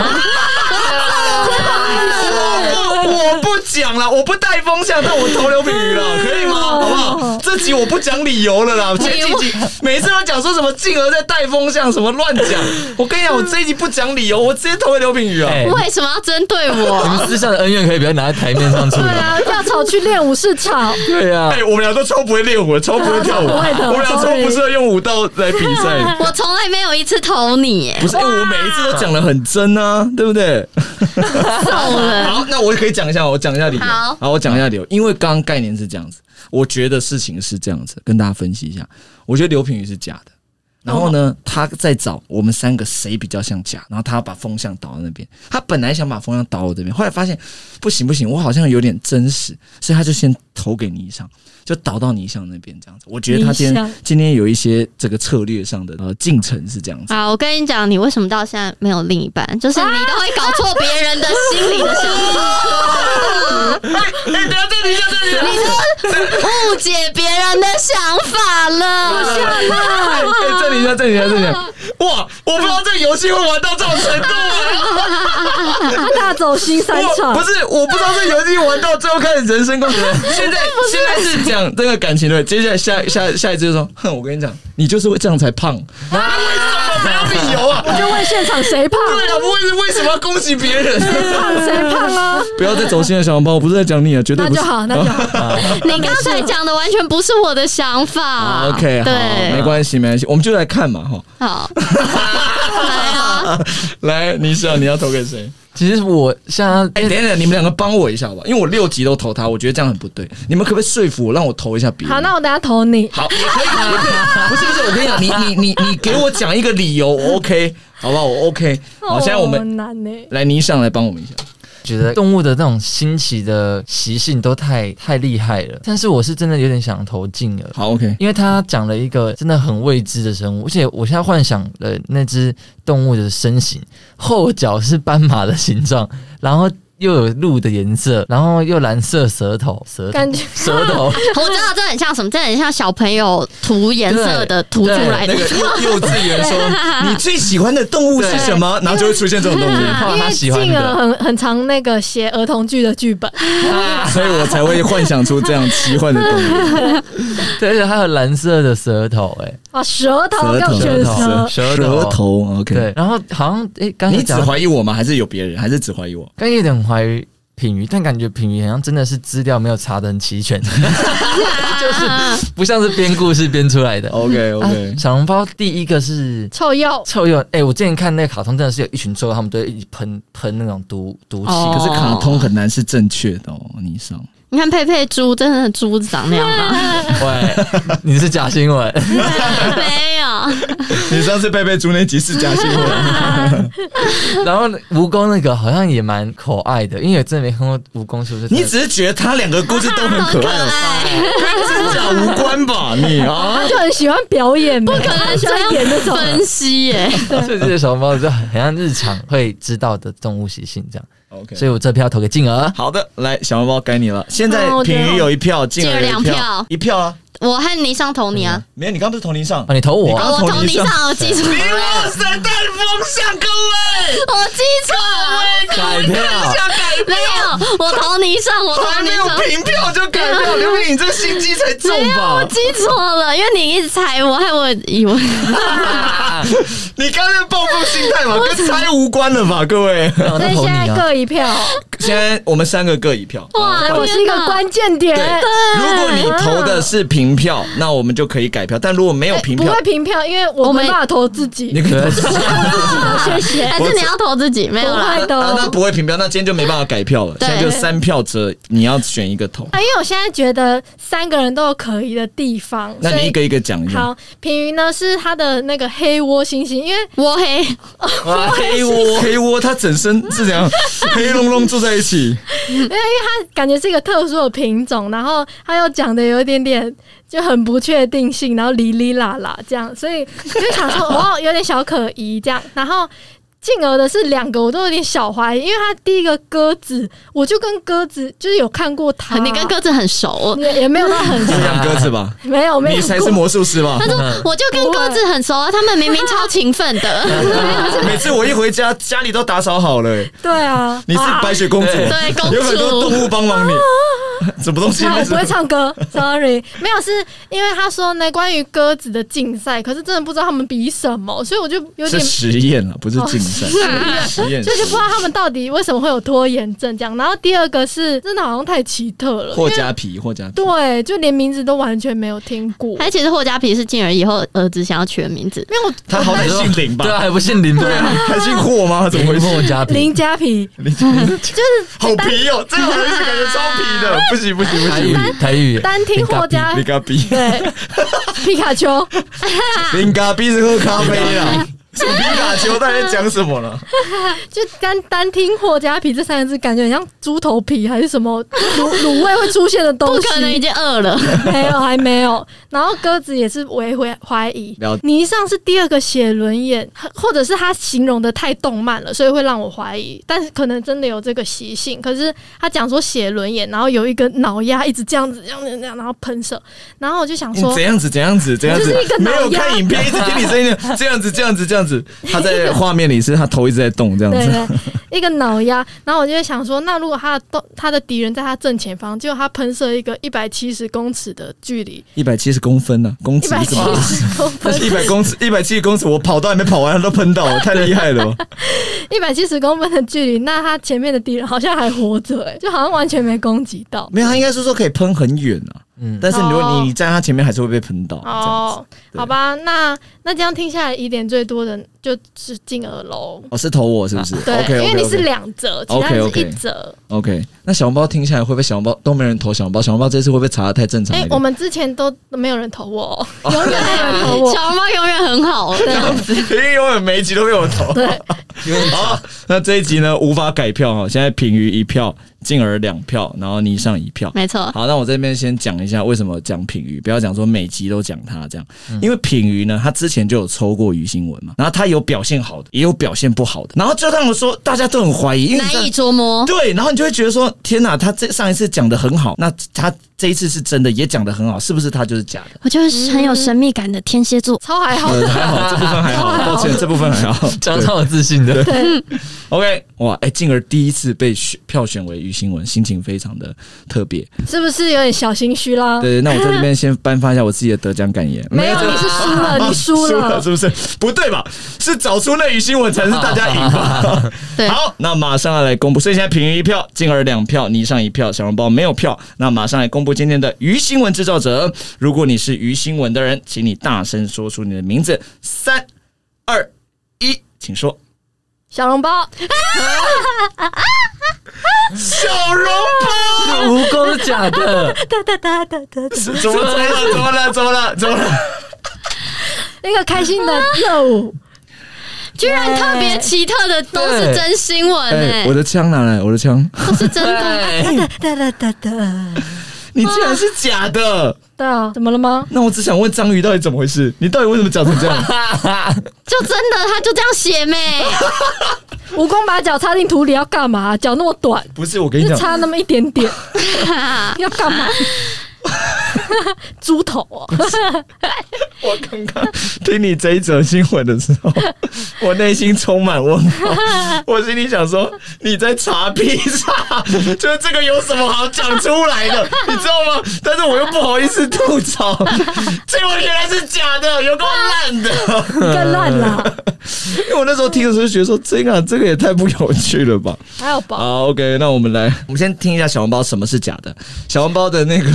S1: 我不讲了，我不带风向，但我投刘品 (laughs) 瑜了，可以吗？好不好？这集我不讲理由哦了 (laughs) 啦，前几集每次都讲说什么静儿在带风向，什么乱讲。我跟你 (laughs) 讲，我这一集不讲理由，我直接投给刘品瑜啊。
S4: (laughs) 哎
S2: (laughs) (laughs) 为什么要针对
S4: 你
S2: 我？
S4: 们私下的恩怨可以不要拿在台面上出
S5: 对
S4: 来。
S5: 啊，要吵去练武士吵，
S4: 对啊
S1: 哎、，我们俩都超不会练舞的，超不会跳舞，
S5: 不会
S1: (laughs)
S5: 的
S1: 我们俩超
S5: sorry
S1: 不适合用武道来比 (laughs) 赛。
S2: 我从来没有一次投你耶，
S1: 不是，哎、我每一次都讲的很真啊，对不对？
S2: 走人。
S1: 好，那我可以讲一下，我讲一下理由。
S2: 好
S1: 我讲一下理由，因为刚刚概念是这样子，我觉得事情是这样子，跟大家分析一下。我觉得刘品宇是假的，然后呢，他在找我们三个谁比较像假，然后他把风向导到那边。他本来想把风向导我这边，后来发现不行不行，我好像有点真实，所以他就先投给倪尚，就导到倪尚那边这样子。我觉得他今
S5: 倪
S1: 天
S5: 尚
S1: 今天有一些这个策略上的呃进程是这样子。
S2: 好，我跟你讲，你为什么到现在没有另一半？就是你都会搞错别人的心理的想法，
S1: 哎、等一下这里就这里。
S2: 你都误解别人的想法了。
S1: 哎，这里一下，这里一下，这里一下！哇，我不知道这个游戏会玩到这种程度啊！
S5: 他大走新三
S1: 我
S5: 场
S1: 不，是，我不知道这个游戏玩到最后开始人身攻击。现在现在是讲这个感情的，接下来下下下一次就说，哼，我跟你讲，你就是会这样才胖，那为什么没有理由啊？
S5: 我就问现场谁胖，
S1: 对啊，为为什么要攻击别 (laughs) 人？
S5: 胖谁胖啊？
S1: 不要再走心了，小笼包，我不是在讲你啊，绝对
S5: 那
S1: 不是。
S5: 就好，那就好。
S2: (laughs) 你刚才讲的完全不是我的想法。
S1: 哦 OK，好，没
S2: 对，
S1: 关系，没关系，我们就来看嘛，哈。
S2: 好，来啊，
S1: (laughs) 来，你想你要投给谁？
S4: 其实我像
S1: (laughs) 哎、等一下，你们两个帮我一下吧，因为我六集都投他，我觉得这样很不对。你们可不可以说服我，让我投一下别人？
S5: 好，那我等下投你。
S1: 好，也可以啊，也可以 (laughs) 不是不是，我跟你讲，你你你你给我讲一个理由我，OK，好不好？我 OK。好，现在我
S5: 哦
S1: 们
S5: 很难呢。
S1: 来倪尚来帮我们一下。
S4: 觉得动物的那种新奇的习性都太太厉害了。但是我是真的有点想投进了。
S1: 好，OK，
S4: 因为他讲了一个真的很未知的生物，而且我现在幻想了那只动物的身形，后脚是斑马的形状， (laughs) 然后又有鹿的颜色，然后又蓝色舌头，舌头
S3: 感觉
S4: 舌头
S2: (laughs) 我
S4: (laughs)
S2: 知道这很像什么，这很像小朋友涂颜色的涂出来的
S1: (laughs)
S4: 对。那个幼幼稚园说，
S1: 你最喜欢的动物是什么？然后就会出现这种 (laughs) 动物，
S4: 画
S3: 因
S4: 他
S3: 为
S4: 喜
S3: 进
S4: 欢
S3: 而
S4: 的，
S3: 很很常那个写儿童剧的剧本，
S1: 所以我才会幻想出这样奇幻的动物。
S4: 对，而且还有蓝色的舌头，哎，
S5: 啊，舌头
S1: 舌
S5: 跟
S1: 头
S5: 卷
S1: 舌，
S5: 舌
S4: 舌头
S1: 舌头，OK
S4: 对。，然后好像哎，刚才
S1: 你只
S4: 讲到
S1: 怀疑我吗？还是有别人？还是只怀疑我？
S4: 刚有点怀疑品鱼，但感觉品鱼好像真的是资料没有查的很齐全，就是不像是编故事编出来的。
S1: OK
S4: 啊
S1: (laughs)
S4: 小笼包第一个是
S3: 臭鼬
S4: 臭鼬，哎、我之前看那个卡通真的是有一群臭鼬，他们都会一直喷喷那种毒毒气。
S2: 哦
S1: 可是卡通很难是正确的哦，你上
S2: 你看佩佩猪，真的猪长那样啊吗？
S4: 喂，你是假新闻， (laughs)
S2: 没有，
S1: 你上次贝贝猪那集是假新闻，
S4: 然后蜈蚣那个好像也蛮可爱的，因为我真的没看过蜈蚣是不是？
S1: 你只是觉得他两个故事都很可爱，跟真假无关吧？你啊，
S5: 他就很喜欢表演，不可
S2: 可能
S5: 喜
S2: 这
S5: 欢演那
S2: 样
S5: 种。
S2: 分析耶、
S4: 所以这些小笼包就很像日常会知道的动物习性这样，
S1: OK，
S4: 所以我这票投给静儿。啊
S1: 好的，来小笼包该你了。现在
S3: 哦我觉
S1: 平
S3: 得
S1: 鱼有一票，进
S2: 进
S1: 了
S2: 了两
S1: 票
S2: 票，
S1: 一票啊！
S2: (laughs) 我和你上投你啊，
S1: 没有，你刚不是同龄上
S4: 啊，？你投我
S1: 你刚
S2: 哦我投你上，我记错
S1: 你
S2: 了，
S1: 我神探风向，各位，
S2: 我记错了，
S1: 哎
S4: 改票，
S2: (laughs) 没有，我投你上，我投
S1: 还
S2: 你
S1: 没有
S2: 上。
S1: 平哦票就改票，刘品，你这心机才重
S2: 没有，我
S1: 吧？
S2: 记错了，因为你一直猜我，害我以为
S1: 你刚才报复心态嘛，跟猜无关了吧，各位？
S4: 那我就投
S5: 所以现在
S4: 你啊！
S5: 各一票，
S1: 现在我们三个各一票。
S2: 哇，
S5: 我是一
S2: 天
S5: 个
S2: 哪
S5: 关键点，啊
S1: 对，如果你投的是平票，那我们就可以改票；但如果没有平
S5: 不
S1: 票
S5: 会，平票，因为我
S2: 我们
S5: 没办法投自己，
S1: 你可以投啊。
S5: 谢谢。
S2: 还是你要投自己没有
S5: 不
S2: 啦
S5: 会。的
S1: 啊那
S3: 啊
S1: 不会平票，那今天就没办法改票了。
S2: 对
S1: 现在就三票折，你要选一个投。
S3: 啊，因为我现在觉得三个人都有可疑的地方，
S1: 那
S3: 所
S1: 你
S3: 以
S1: 一个一个讲一下。
S3: 好，品鱼呢是他的那个黑窝猩猩，因为
S2: 我黑，
S4: 哇黑窝
S1: 黑窝，它整身是怎样黑隆隆住在一起？
S3: 它感觉是一个特殊的品种，然后它又讲的有一点点就很不确定性，然后哩哩啦啦这样，所以就想说哦，有点小可疑这样，然后。进而的是两个，我都有点小怀疑，因为它第一个鸽子，我就跟鸽子就是有看过它，
S2: 你跟鸽子很熟，
S3: 也也没有到很熟
S1: 是养鸽子吧？
S3: 没有没有
S1: 你才是魔术师吧？
S2: 我就跟鸽子很熟啊，他们明明超勤奋的，
S1: (laughs) 每次我一回家，家里都打扫好了、欸
S3: 对啊，
S1: 你是白雪公主，
S4: 对
S2: (laughs) 对，公
S1: 有很多
S2: 主
S1: 动物帮
S3: (laughs)
S1: 忙你。什么东西？
S3: 啊我不会唱歌，sorry，没有，是因为他说那关于鸽子的竞赛，可是真的不知道他们比什么，所以我就有
S1: 是
S3: 点。
S1: 实验啊，不是竞赛。实验
S3: 所以就不知道他们到底为什么会有拖延症这样。然后第二个是真的好像太奇特了，
S1: 霍加皮，霍加皮。
S3: 对，就连名字都完全没有听过。
S2: 哎，其实霍家皮是进而以后儿子想要取的名字，
S3: 因为我
S1: 他好歹姓林吧
S4: 对？啊，还不姓林吧？
S1: 还姓霍
S3: (laughs)
S1: 吗？怎么回
S4: 林莫
S1: 事？
S4: 家平，
S3: 林家皮，
S1: 好皮哦，这样回事感觉超皮
S3: (laughs)
S1: 的，不行不行不
S4: 台语
S1: 行！
S4: 台语，
S3: 单听霍家
S1: 林嘎逼，
S3: 哎对，皮卡丘，
S1: 林嘎逼是喝咖啡啦。什么皮卡丘到底在讲什么了？
S3: 就单单听霍家皮这三个字，感觉很像猪头皮还是什么卤卤味会出现的东
S2: 不
S3: 西。
S2: 可能已经饿了。
S3: 没有，还没有。然后鸽子也是微怀怀疑
S1: 了解，
S3: 泥上是第二个写轮眼，或者是他形容的太动漫了，所以会让我怀疑。但是可能真的有这个习性。可是他讲说写轮眼，然后有一个脑压一直这样子，这样子这样，然后喷射，然后我就
S1: (laughs)
S3: 想
S1: 你
S3: 说
S1: 嗯怎。样子？怎样子？怎样子
S3: 就是一个？
S1: 没有
S3: 脑压
S1: 看影片，一直听你声
S3: (laughs)
S1: 音，这样子，这样子，这样子。他在画面里是他头一直在动，这样
S3: 对
S1: 子。
S3: 对，一个脑压，然后我就会想说，那如果他的动他的敌人在他正前方，结果他喷射一个一百七十公尺的距离，
S1: 一百七十公分呢、公
S3: 一
S1: 尺
S3: 百
S1: 是
S3: 七
S1: 什么？
S3: 十公
S1: 那
S3: 分，
S1: 是一百公尺，一百七十公尺，我跑到还没跑完，它都喷到了，太厉害
S3: (laughs)
S1: 了！
S3: 一百七十公分的距离，那他前面的敌人好像还活着，哎，就好像完全没攻击到。
S1: 没有，它应该是说可以喷很远啊，
S4: 嗯，
S1: 但是如果
S3: 哦
S1: 你站在它前面，还是会被喷到。哦，
S3: 哦，
S1: 对
S3: 好吧，那那这样听下来，疑点最多的就是进耳楼，
S1: 哦，是投我是不是
S3: 对
S1: ？OK，
S3: 因为你是两折，其他人是一折。
S1: OK。那小红包听起来会不会小红包都没人投小红包？小红包这次会不会查的太正常
S3: 哎、
S1: 了一
S3: 我
S1: 点？
S3: 们之前都没有人投我、哦，
S1: (laughs)
S2: 小猫永远很好，对， (laughs)
S1: 因为永远每一集都被我投。
S3: 对，
S4: 有点
S1: (laughs) 好，那这一集呢无法改票哈，现在平于一票，进而两票，然后你上一票。
S2: 没错，
S1: 好，那我这边先讲一下为什么讲品鱼，不要讲说每集都讲他这样，因为品鱼呢，他之前就有抽过鱼新闻嘛，然后他有表现好的，也有表现不好的，然后就让我说大家都很怀疑，因为你知道
S2: 难以捉摸。
S1: 对，然后你就会觉得说，天哪，他这上一次讲的很好，那他这一次是真的也讲的很好，是不是他就是假的？
S2: 我就是很有神秘感的天蝎座，
S3: 超还好
S1: 呃，还好，这部分 (laughs) 还好，抱歉，这部分还好。
S4: 讲超有自信的，
S1: OK，哇，哎，进而第一次被选票选为于新闻，心情非常的特别。
S5: 是不是有点小心虚啦？
S1: 对，那我在这边先颁发一下我自己的得奖感言。
S5: 哦没有，你是输
S1: (laughs)
S5: 了，你输了。
S1: 是不是？不对吧？是找出那于新闻才是大家赢
S5: (laughs)
S1: 吧？
S2: 对
S1: 好，那马上要来公布，所以现在平于一票，进而两票，你上一票，小笼包没有票。那马上来公布今天的于新闻制造者。如果你是于新闻的人，请你大声说出你的名字，三、二、一，请说。
S5: 小笼包，
S1: 小笼包，
S4: 那蜈蚣是假的，
S5: 哒哒哒哒哒哒，
S1: (laughs) 怎么怎么了？怎么了？ (laughs) 嗯怎么了？怎么了？
S5: 那个
S1: (laughs)
S5: 开心的肉，
S2: 居然特别奇特的都是真新闻哎、
S1: 我的枪拿来，我的枪，
S2: 都是真的。
S4: 对，
S5: 哒哒哒哒哒。
S1: (laughs) 你竟然是假的！
S5: 对啊，怎么了吗？
S1: (laughs) 那我只想问章鱼到底怎么回事？你到底为什么讲成这样？
S2: 就真的，他就这样写 (laughs) 没？
S5: 蜈蚣把脚插进土里要干嘛？脚那么短，
S1: (laughs) 不是，我跟你
S5: 就
S1: 讲，
S5: 插那么一点
S1: (laughs)
S5: 点，要干嘛？猪头
S1: (laughs)
S5: 哦，
S1: 我刚刚 (laughs) 听你这一则新闻的时候， (laughs) 我内心充满问号，我心里想说你在查披 (laughs) 萨，就是这个有什么好讲出来的，你知道吗？但是我又不好意思吐槽，结果原来是假的，有够烂的。
S5: 更烂啦！
S1: (laughs) 因为我那时候听的时候就觉得说，这个、啊、这个也太不有趣了吧。
S5: 还有吧，
S1: 好，OK，那我们来，我们先听一下小笼包什么是假的。小笼包的那 (laughs) 个，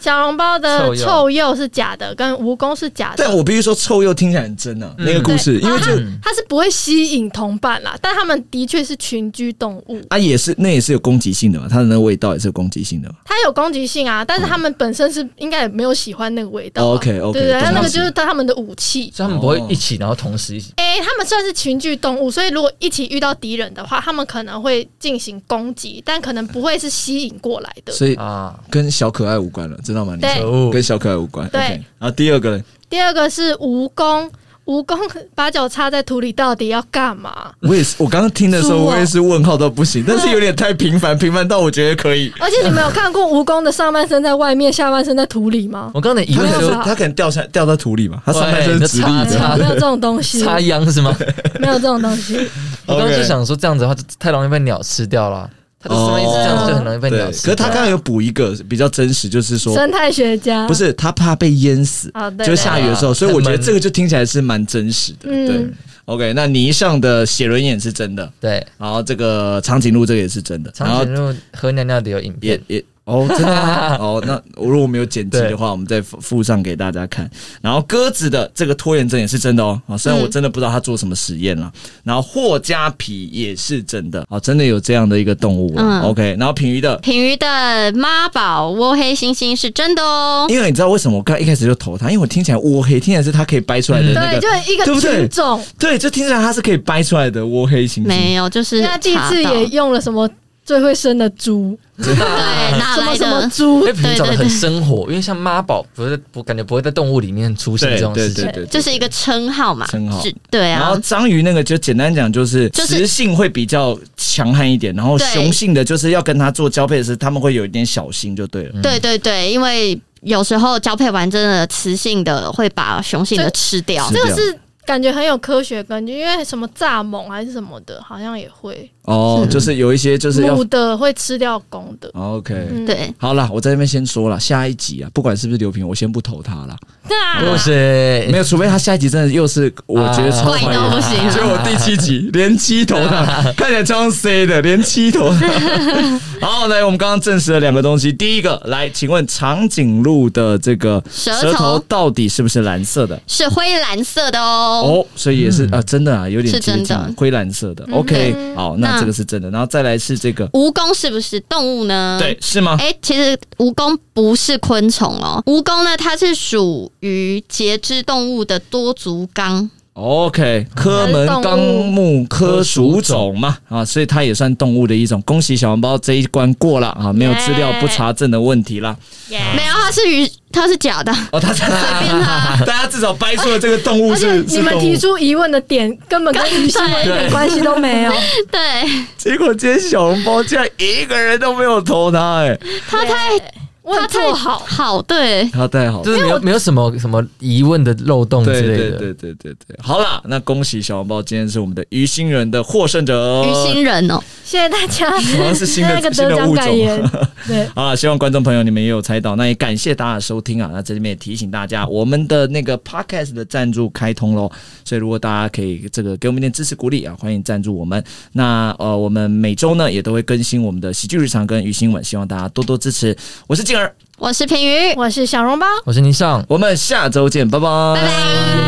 S3: 小笼包
S4: 臭
S3: 的
S4: 鼬
S3: 臭鼬是假的，跟蜈蚣是假的
S1: 但。我必须说臭鼬听起来很真啊，那个故事，因为就。
S3: 它是不会吸引同伴啦，但它们的确是群居动物，
S1: 啊，也是，那也是有攻击性的嘛，它的那个味道也是有攻击性的嘛。
S3: 它有攻击性啊，但是它们本身是应该也没有喜欢那个味道啊、
S1: 哦，OK，OK，
S3: 对对，
S1: 懂
S3: 它那个
S1: 意思
S3: 就是它们的武器。
S4: 所以他们不会一起，然后同时一起。
S3: 诶，它们算是群居动物，所以如果一起遇到敌人的话，它们可能会进行攻击，但可能不会是吸引过来的。
S1: 所以
S4: 啊，
S1: 跟小可爱无关了，知道吗？你
S3: 对
S1: 说
S4: 可恶
S1: 跟小可爱无关。
S3: 对
S1: OK，然后第二个呢，
S3: 第二个是蜈蚣，蜈蚣把脚插在土里到底要干嘛？
S1: 我也是，我刚刚听的时候，
S5: 猪哦
S1: 我也是问号到不行，但是有点太频繁，频繁到我觉得可 (laughs) 以。
S5: 而且你们有看过蜈蚣的上半身在外面，下半身在土里吗？
S4: 我刚才疑
S1: 它
S4: 问
S1: 可
S4: 说
S1: 能它可能掉下掉到土里嘛，它上半身
S4: 对
S1: 是直立
S4: 那
S1: 的
S4: 叉。
S5: 没有这种东西，
S4: 插秧是吗？
S5: 没有这种东西。
S4: 我
S1: OK
S4: 刚刚就想说这样子的话，就太容易被鸟吃掉了。它就上面一直这样，就很容易被
S1: 对，
S4: 鸟
S1: 可
S4: 吃掉。
S1: 是他刚刚有补一个比较真实，就是说
S5: 生态学家
S1: 不是他怕被淹死，
S5: 啊，对
S1: 就下雨的时候，
S4: 啊
S1: 所以我觉得
S4: 很闷
S1: 这个就听起来是蛮真实的。
S5: 嗯
S1: 对，OK，那泥上的写轮眼是真的，
S4: 对，
S1: 然后这个长颈鹿这个也是真的，然
S4: 长
S1: 后
S4: 颈鹿喝尿尿的有影
S1: 也
S4: 片，
S1: 也哦，真的
S4: (laughs)
S1: 吗哦，那我如果没有剪辑的
S4: 对
S1: 话，我们再附附上给大家看。然后鸽子的这个拖延症也是真的哦，啊，虽然我真的不知道它做什么实验了。然后霍加皮也是真的，哦，真的有这样的一个动物、啊
S2: 嗯
S1: OK，然后品鱼的。
S2: 品鱼的妈宝窝黑猩猩是真的哦，
S1: 因为你知道为什么我刚一开始就投它？因为我听起来窝黑，听起来是它可以掰出来的
S5: 嗯
S1: 那个，
S3: 对，就一个
S1: 对不对
S3: 群种。
S1: 对，就听起来它是可以掰出来的窝黑猩猩。
S2: 没有，就是
S5: 那这
S2: 查
S5: 次
S2: 到
S5: 也用了什么最会生的猪？
S2: (laughs) 对哪
S5: 什么
S2: 来
S5: 什么
S2: 的？
S5: 猪
S4: 因为？品种
S2: 对对
S4: 很生活，因为像妈宝不是不感觉不会在动物里面出现
S1: 对
S4: 这
S1: 对
S4: 种
S1: 对
S4: 事
S1: 对
S4: 情
S1: 对，，对
S2: 就是一个称号嘛，
S1: 称号嗯
S2: 是对
S1: 然后
S2: 啊，
S1: 章鱼那个就简单讲就是
S2: 就是
S1: 雌性会比较强悍一点，然后
S2: 对
S1: 雄性的就是要跟它做交配的时候，他们会有一点小心就对了。
S2: 对对对，因为有时候交配完真的雌性的会把雄性的吃掉
S1: 是，
S3: 这
S1: 这
S3: 个
S1: 样
S3: 是感觉很有科学根据，因为什么蚱蜢还是什么的，好像也会
S1: 哦，
S2: 嗯
S1: 就是有一些就是要哦
S3: 母的会吃掉公的。
S1: OK。
S3: 嗯，
S2: 对，
S1: 好了，我在那边先说了，下一集啊，不管是不是刘平，我先不投他了。
S4: (laughs) 不
S2: 啊，
S4: 是
S1: 没有，除非他下一集真的又是我觉得超
S2: 怪
S1: 怀疑
S2: 到不
S1: 的。
S2: 行
S1: 结
S2: 啊，
S1: 果第七集连七投
S2: (laughs)
S1: 他，看起来超 C 的，连七投他。好，来，我们刚刚证实了两个东西。第一个，来，请问长颈鹿的这个
S2: 舌头
S1: 舌头到底是不是蓝色的？
S2: 是灰蓝色的哦。
S1: 哦，所以也是、
S4: 嗯
S1: 啊，真的啊，有点
S2: 是
S1: 接
S2: 真
S1: 近
S2: 的
S1: 灰蓝色的。
S3: 嗯
S1: OK，
S3: 对
S1: 好，那
S2: 那
S1: 这个是真的，然后再来是这个，
S2: 蜈蚣是不是动物呢？
S1: 对，是吗？
S2: 哎、其实蜈蚣不是昆虫哦，蜈蚣呢，它是属于节肢动物的多足纲。
S1: OK，科门纲目科属种嘛啊，所以它也算动物的一种。恭喜小笼包这一关过了啊，没有资料不查证的问题啦。
S2: 没有，它是鱼，它是假的。
S1: 哦，他 (laughs) 大家至少掰出了这个动物
S3: 而且
S1: 是
S3: 你
S1: 是
S3: 们
S1: 动
S3: 提
S1: 物。
S3: 出疑问的点根本跟鱼新闻一点关
S5: 关系都
S2: (laughs)
S5: 没有。
S2: 对，
S1: 结果今天小笼包竟然一个人都没有投他，哎，
S2: 它太
S3: 我有做好，
S2: 好，对，
S1: 他太好了。
S4: 就是没有没有什么什么疑问的漏洞之
S1: 对
S4: 类
S1: 对
S4: 的。
S1: 对对对对，好啦，那恭喜小笼包，今天是我们的鱼星人的获胜者。
S2: 鱼星人哦，
S3: 谢谢大
S1: (laughs)
S3: 家。
S1: 好像是新的
S3: (laughs) 那个
S1: 新
S3: 得
S1: 的
S3: 奖
S1: 物
S3: 感
S1: 种。
S3: 言，对，
S1: 好了，希望观众朋友你们也有猜到，那也感谢大家的收听啊。那这里面也提醒大家，我们的那个 podcast 的赞助开通喽，所以如果大家可以这个给我们一点支持鼓励啊，欢迎赞助我们。那呃，我们每周呢也都会更新我们的喜剧日常跟鱼新闻，希望大家多多支持。我是静儿，
S2: 我是平鱼，
S3: 我是小笼包。
S4: 我是倪尚，
S1: 我们下周见，拜拜
S2: 拜拜。